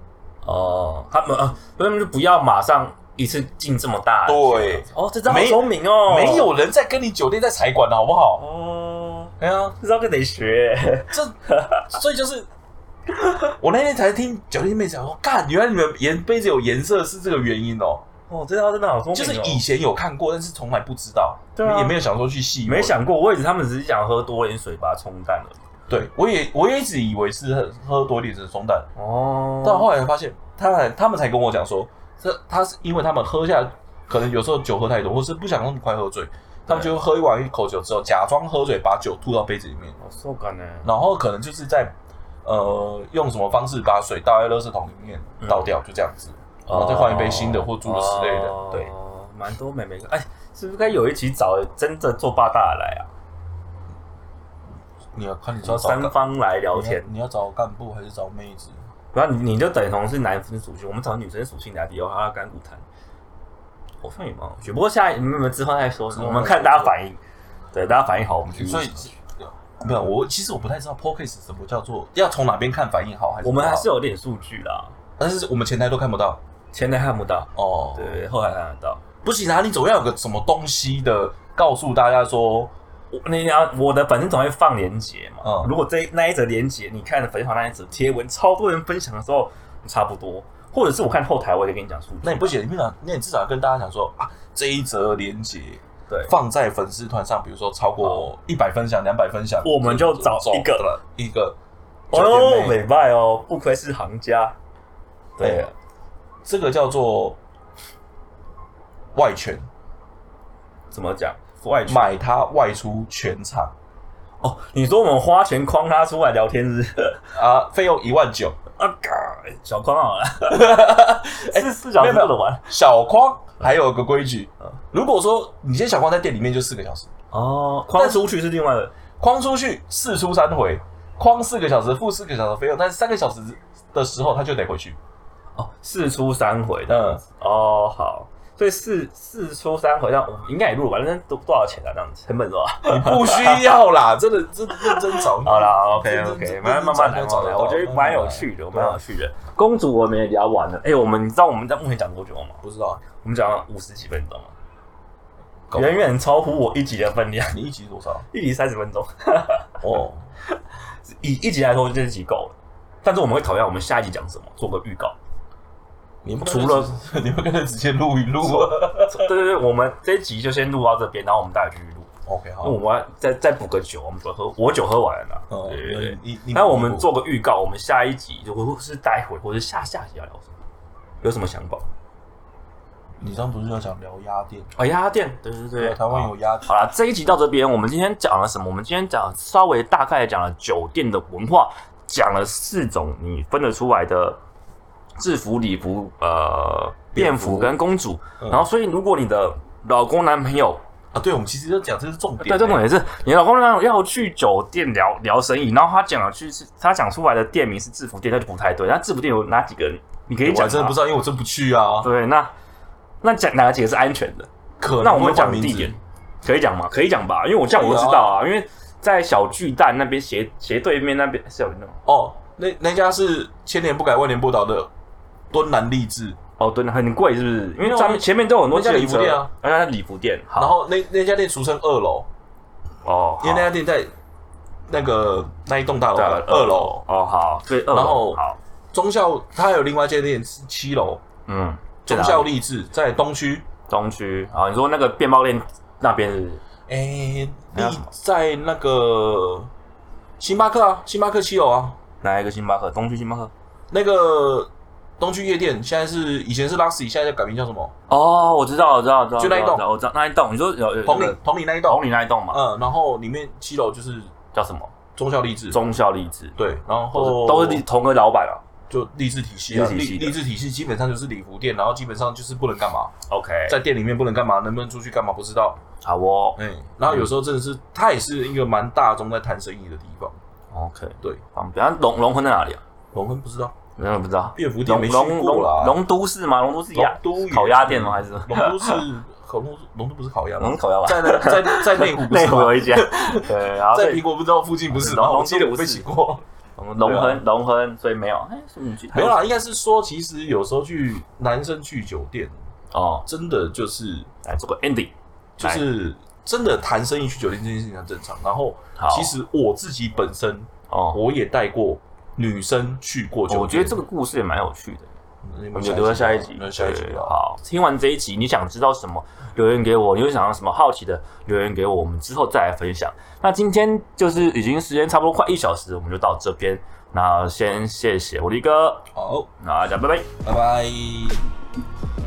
S1: 哦，他们啊，他们就不要马上一次进这么大。
S2: 对，
S1: 哦，这招好
S2: 没
S1: 聪明哦，
S2: 没有人在跟你酒店在财管的好不好？
S1: 哦，
S2: 哎呀，
S1: 这招可得学。
S2: 这所以就是。我那天才听酒店妹讲说，干，原来你们颜杯子有颜色是这个原因哦，
S1: 哦，这招真的好聪明哦，
S2: 就是以前有看过，但是从来不知道，
S1: 对啊
S2: 也没有想说去细
S1: 没
S2: 问
S1: 想过，我以为他们只是想喝多一点水把它冲淡了。
S2: 对，我也我也一直以为是喝喝多一点的中弹，
S1: 哦，
S2: 但后来才发现，他们他们才跟我讲说，这他是因为他们喝下，可能有时候酒喝太多，或是不想那么快喝醉，他们就喝完一口酒之后，假装喝醉，把酒吐到杯子里面，
S1: 好哦受感呢。
S2: 然后可能就是在呃用什么方式把水倒在垃圾桶里面
S1: 嗯
S2: 倒掉，就这样子，然后再换一杯新的或诸如此类的，
S1: 哦
S2: 对，，
S1: 蛮多美眉。哎，是不是该有一期找真的做八大的来啊？
S2: 你要看你要
S1: 说
S2: 嗯找嗯
S1: 三
S2: 干
S1: 方来聊天
S2: 你，要你要找干部还是找妹子？
S1: 然后你你就等同是男生属性，我们找女生属性来比如哈拉干股谈，好像也蛮有趣。不过下一你们之后再说，
S2: 后再
S1: 我们看大家反应。对，大家反应好，我们去。
S2: 所以没有我，其实我不太知道 p o c a s t 什么叫做要从哪边看反应好，还是
S1: 我们还
S2: 不好
S1: 是，有点数据啦，
S2: 但是我们前台都看不到
S1: 前台看不到，
S2: 哦。，
S1: 对，后台看得到。
S2: 不行啊，你总要有个什么东西的告诉大家说，
S1: 我那你要我的粉丝总会放连结嘛，
S2: 嗯
S1: 如果这一那一则连结，你看粉丝团那一则贴文，超多人分享的时候，差不多，或者是我看后台，我也跟你讲数据。
S2: 那你不行，你想，那你至少要跟大家讲说啊，这一则连接
S1: 对，
S2: 放在粉丝团上，比如说超过一百分享、两百分享，
S1: 我们就找一个
S2: 了一个。
S1: 哦，
S2: 酒店妹
S1: 美败哦，不愧是行家。对啊
S2: 对，这个叫做外权，
S1: 怎么讲？外圈
S2: 买它外出全场
S1: 哦，你说我们花钱框他出来聊天是不是
S2: 啊，费用一万九，
S1: 啊，嘎小框好 了，四四小时
S2: 没有
S1: 做得完
S2: 小框还有个规矩
S1: 嗯，
S2: 如果说你今天小框在店里面就四个小时，
S1: 哦，框出去是另外的
S2: 框出去四出三回，框四个小时付四个小时费用，但是三个小时的时候他就得 回去。
S1: 哦，四出三回的
S2: 嗯，
S1: 哦，好。所以四四出三回，那我们应该也录了吧？那多多少钱啊？这样子成本是吧？
S2: 你不需要啦，真的真的认真找。
S1: 好啦
S2: 真
S1: ，OK
S2: 的
S1: OK，
S2: 真的
S1: 慢慢慢慢来，
S2: 找
S1: 慢
S2: 得
S1: 慢
S2: 到
S1: 来。我觉得蛮有趣的，蛮有趣的。公主我们也聊完了，哎，我们你知道我们在目前讲多久吗？
S2: 不知道啊
S1: 我们讲了五十几分钟了，
S2: 够
S1: 远远超乎我一集的分量，
S2: 你一集多少？
S1: 一集三十分钟，
S2: 哦，
S1: 以一集来说这集够了。但是我们会讨论我们下一集讲什么，做个预告。
S2: 你们
S1: 除了
S2: 你们跟他直接录一录。
S1: 对对对，我们这一集就先录到这边，然后我们待会继续录。
S2: OK，
S1: 那我
S3: 嗯
S2: 好，
S1: 们要再再补个酒，我们酒喝，我酒喝完了啦。
S2: 嗯
S1: 哦对对对。
S2: 你你
S1: 哦那我们做个预告，我们下一集或是待会或是下下集要聊什么？有什么想法？
S2: 你刚不是要讲聊鸭店？
S1: 啊，鸭店，对对对，
S2: 台湾有鸭店。
S3: 好了，这一集到这边，我们今天讲了什么？我们今天讲稍微大概讲了酒店的文化，讲了四种你分得出来的制服、礼服、呃便
S2: 便服
S3: 服跟公主。
S2: 嗯
S3: 然后，所以如果你的老公、男朋友，
S2: 啊，对，我们其实要讲这是重点。欸
S3: 对这种也是，你的老公要要去酒店聊聊生意，然后他讲了去是，他讲出来的店名是制服店，那就不太对。那制服店有哪几个人？你可以
S2: 我
S3: 讲，
S2: 还啊真的不知道，因为我真不去啊。
S3: 道。对，那那讲哪几个是安全的？
S2: 可能
S3: 那我们
S2: 会换
S3: 讲
S2: 名
S3: 地
S2: 字
S3: 点，可以讲吗？可以讲吧，因为我这样我就知道啊，因为在小巨蛋那边斜斜对面那边是有那种
S2: 哦，那那家是千年不改万年不倒的敦南励志，
S3: 哦，对，很贵是不是？因为
S2: 没有
S3: 咱们前面都有很多
S2: 那家礼服店啊
S3: 啊，那家礼服店，好
S2: 然后那那家店俗称二楼，
S3: 哦，
S2: 因为那
S3: 好
S2: 家店在那个那一栋大楼
S3: 对啊
S2: 的二楼，
S3: 哦好，对，二楼
S2: 然后
S3: 好，
S2: 忠孝它还有另外一家店是七楼，
S3: 嗯，在
S2: 忠
S3: 哪里
S2: 孝励志在东区，
S3: 东区
S1: 哦
S3: 啊，你说那个面包店那边是不是
S2: 哎，
S3: 那
S2: 立在那个星巴克啊，星巴克七楼啊，
S3: 哪一个星巴克？东区星巴克？
S2: 那个东区夜店现在是以前是 Luxy，现在改名叫什么？
S3: 哦，我知道，我知道，我知道，
S2: 就那一
S3: 我知道我知道那一栋。你说
S1: 呃
S3: 有有
S2: 同
S3: 那
S2: 里
S3: 个
S2: 同里那一
S3: 同
S2: 栋，
S3: 里那一栋嘛？
S2: 嗯，然后里面七楼就是
S3: 叫什么？
S2: 忠孝励志，
S3: 忠孝励志，
S2: 对，然哦
S3: 都
S2: 后
S3: 是都是同个老板啊。
S2: 就励志体系啊，
S4: 励志体系
S2: 励
S4: 的
S2: 励志体系基本上就是礼服店，然后基本上就是不能干嘛，
S4: OK，
S1: 哎
S2: 在店里面不能干嘛，能不能出去干嘛不知道。
S1: 好哦
S2: 哎、然后有时候真的是，它也是一个蛮大众在谈生意的地方。
S1: ，OK，
S2: 对，
S1: 方便。那龙龙亨在哪里啊？
S2: 龙亨不知道，
S1: 没有不知道。
S2: 便服店
S1: 龙
S2: 没去
S1: 龙
S2: 过啦
S1: 龙。龙都市吗？龙都市鸭
S2: 龙都
S1: 烤鸭店吗？还是
S2: 龙都是烤龙龙都不是烤鸭吗
S1: 龙？烤鸭吧？
S2: 在那在在内湖不
S1: 内
S2: 是
S1: 湖
S2: 吗？
S1: 有一 家，对，然后
S2: 在
S1: 对
S2: 苹果不知道附近不是吗？
S1: 龙
S2: 我记得我被洗过。
S1: 龙龙亨龙亨，所以没有，哎，是你去
S2: 没有啦，应该是说，其实有时候去男生去酒店，
S1: 哦，
S2: 真的就是
S1: 来做个 ending，哎
S2: 就是真的谈生意去酒店这件事情很正常。然后
S1: 好
S2: 其实我自己本身
S1: 哦，
S2: 我也带过女生去过酒店，
S1: 我觉得这个故事也蛮有趣的。
S2: 嗯你
S1: 我
S2: 们
S1: 们就留到下一集，
S2: 留到下一集
S1: 对
S2: 聊。
S1: 好，听完这一集，你想知道什么，留言给我；你有想要什么好奇的，留言给我，我们之后再来分享。那今天就是已经时间差不多快一小时，我们就到这边。那先谢谢我力哥，
S2: 好，
S1: 那大家拜拜。
S2: 拜拜。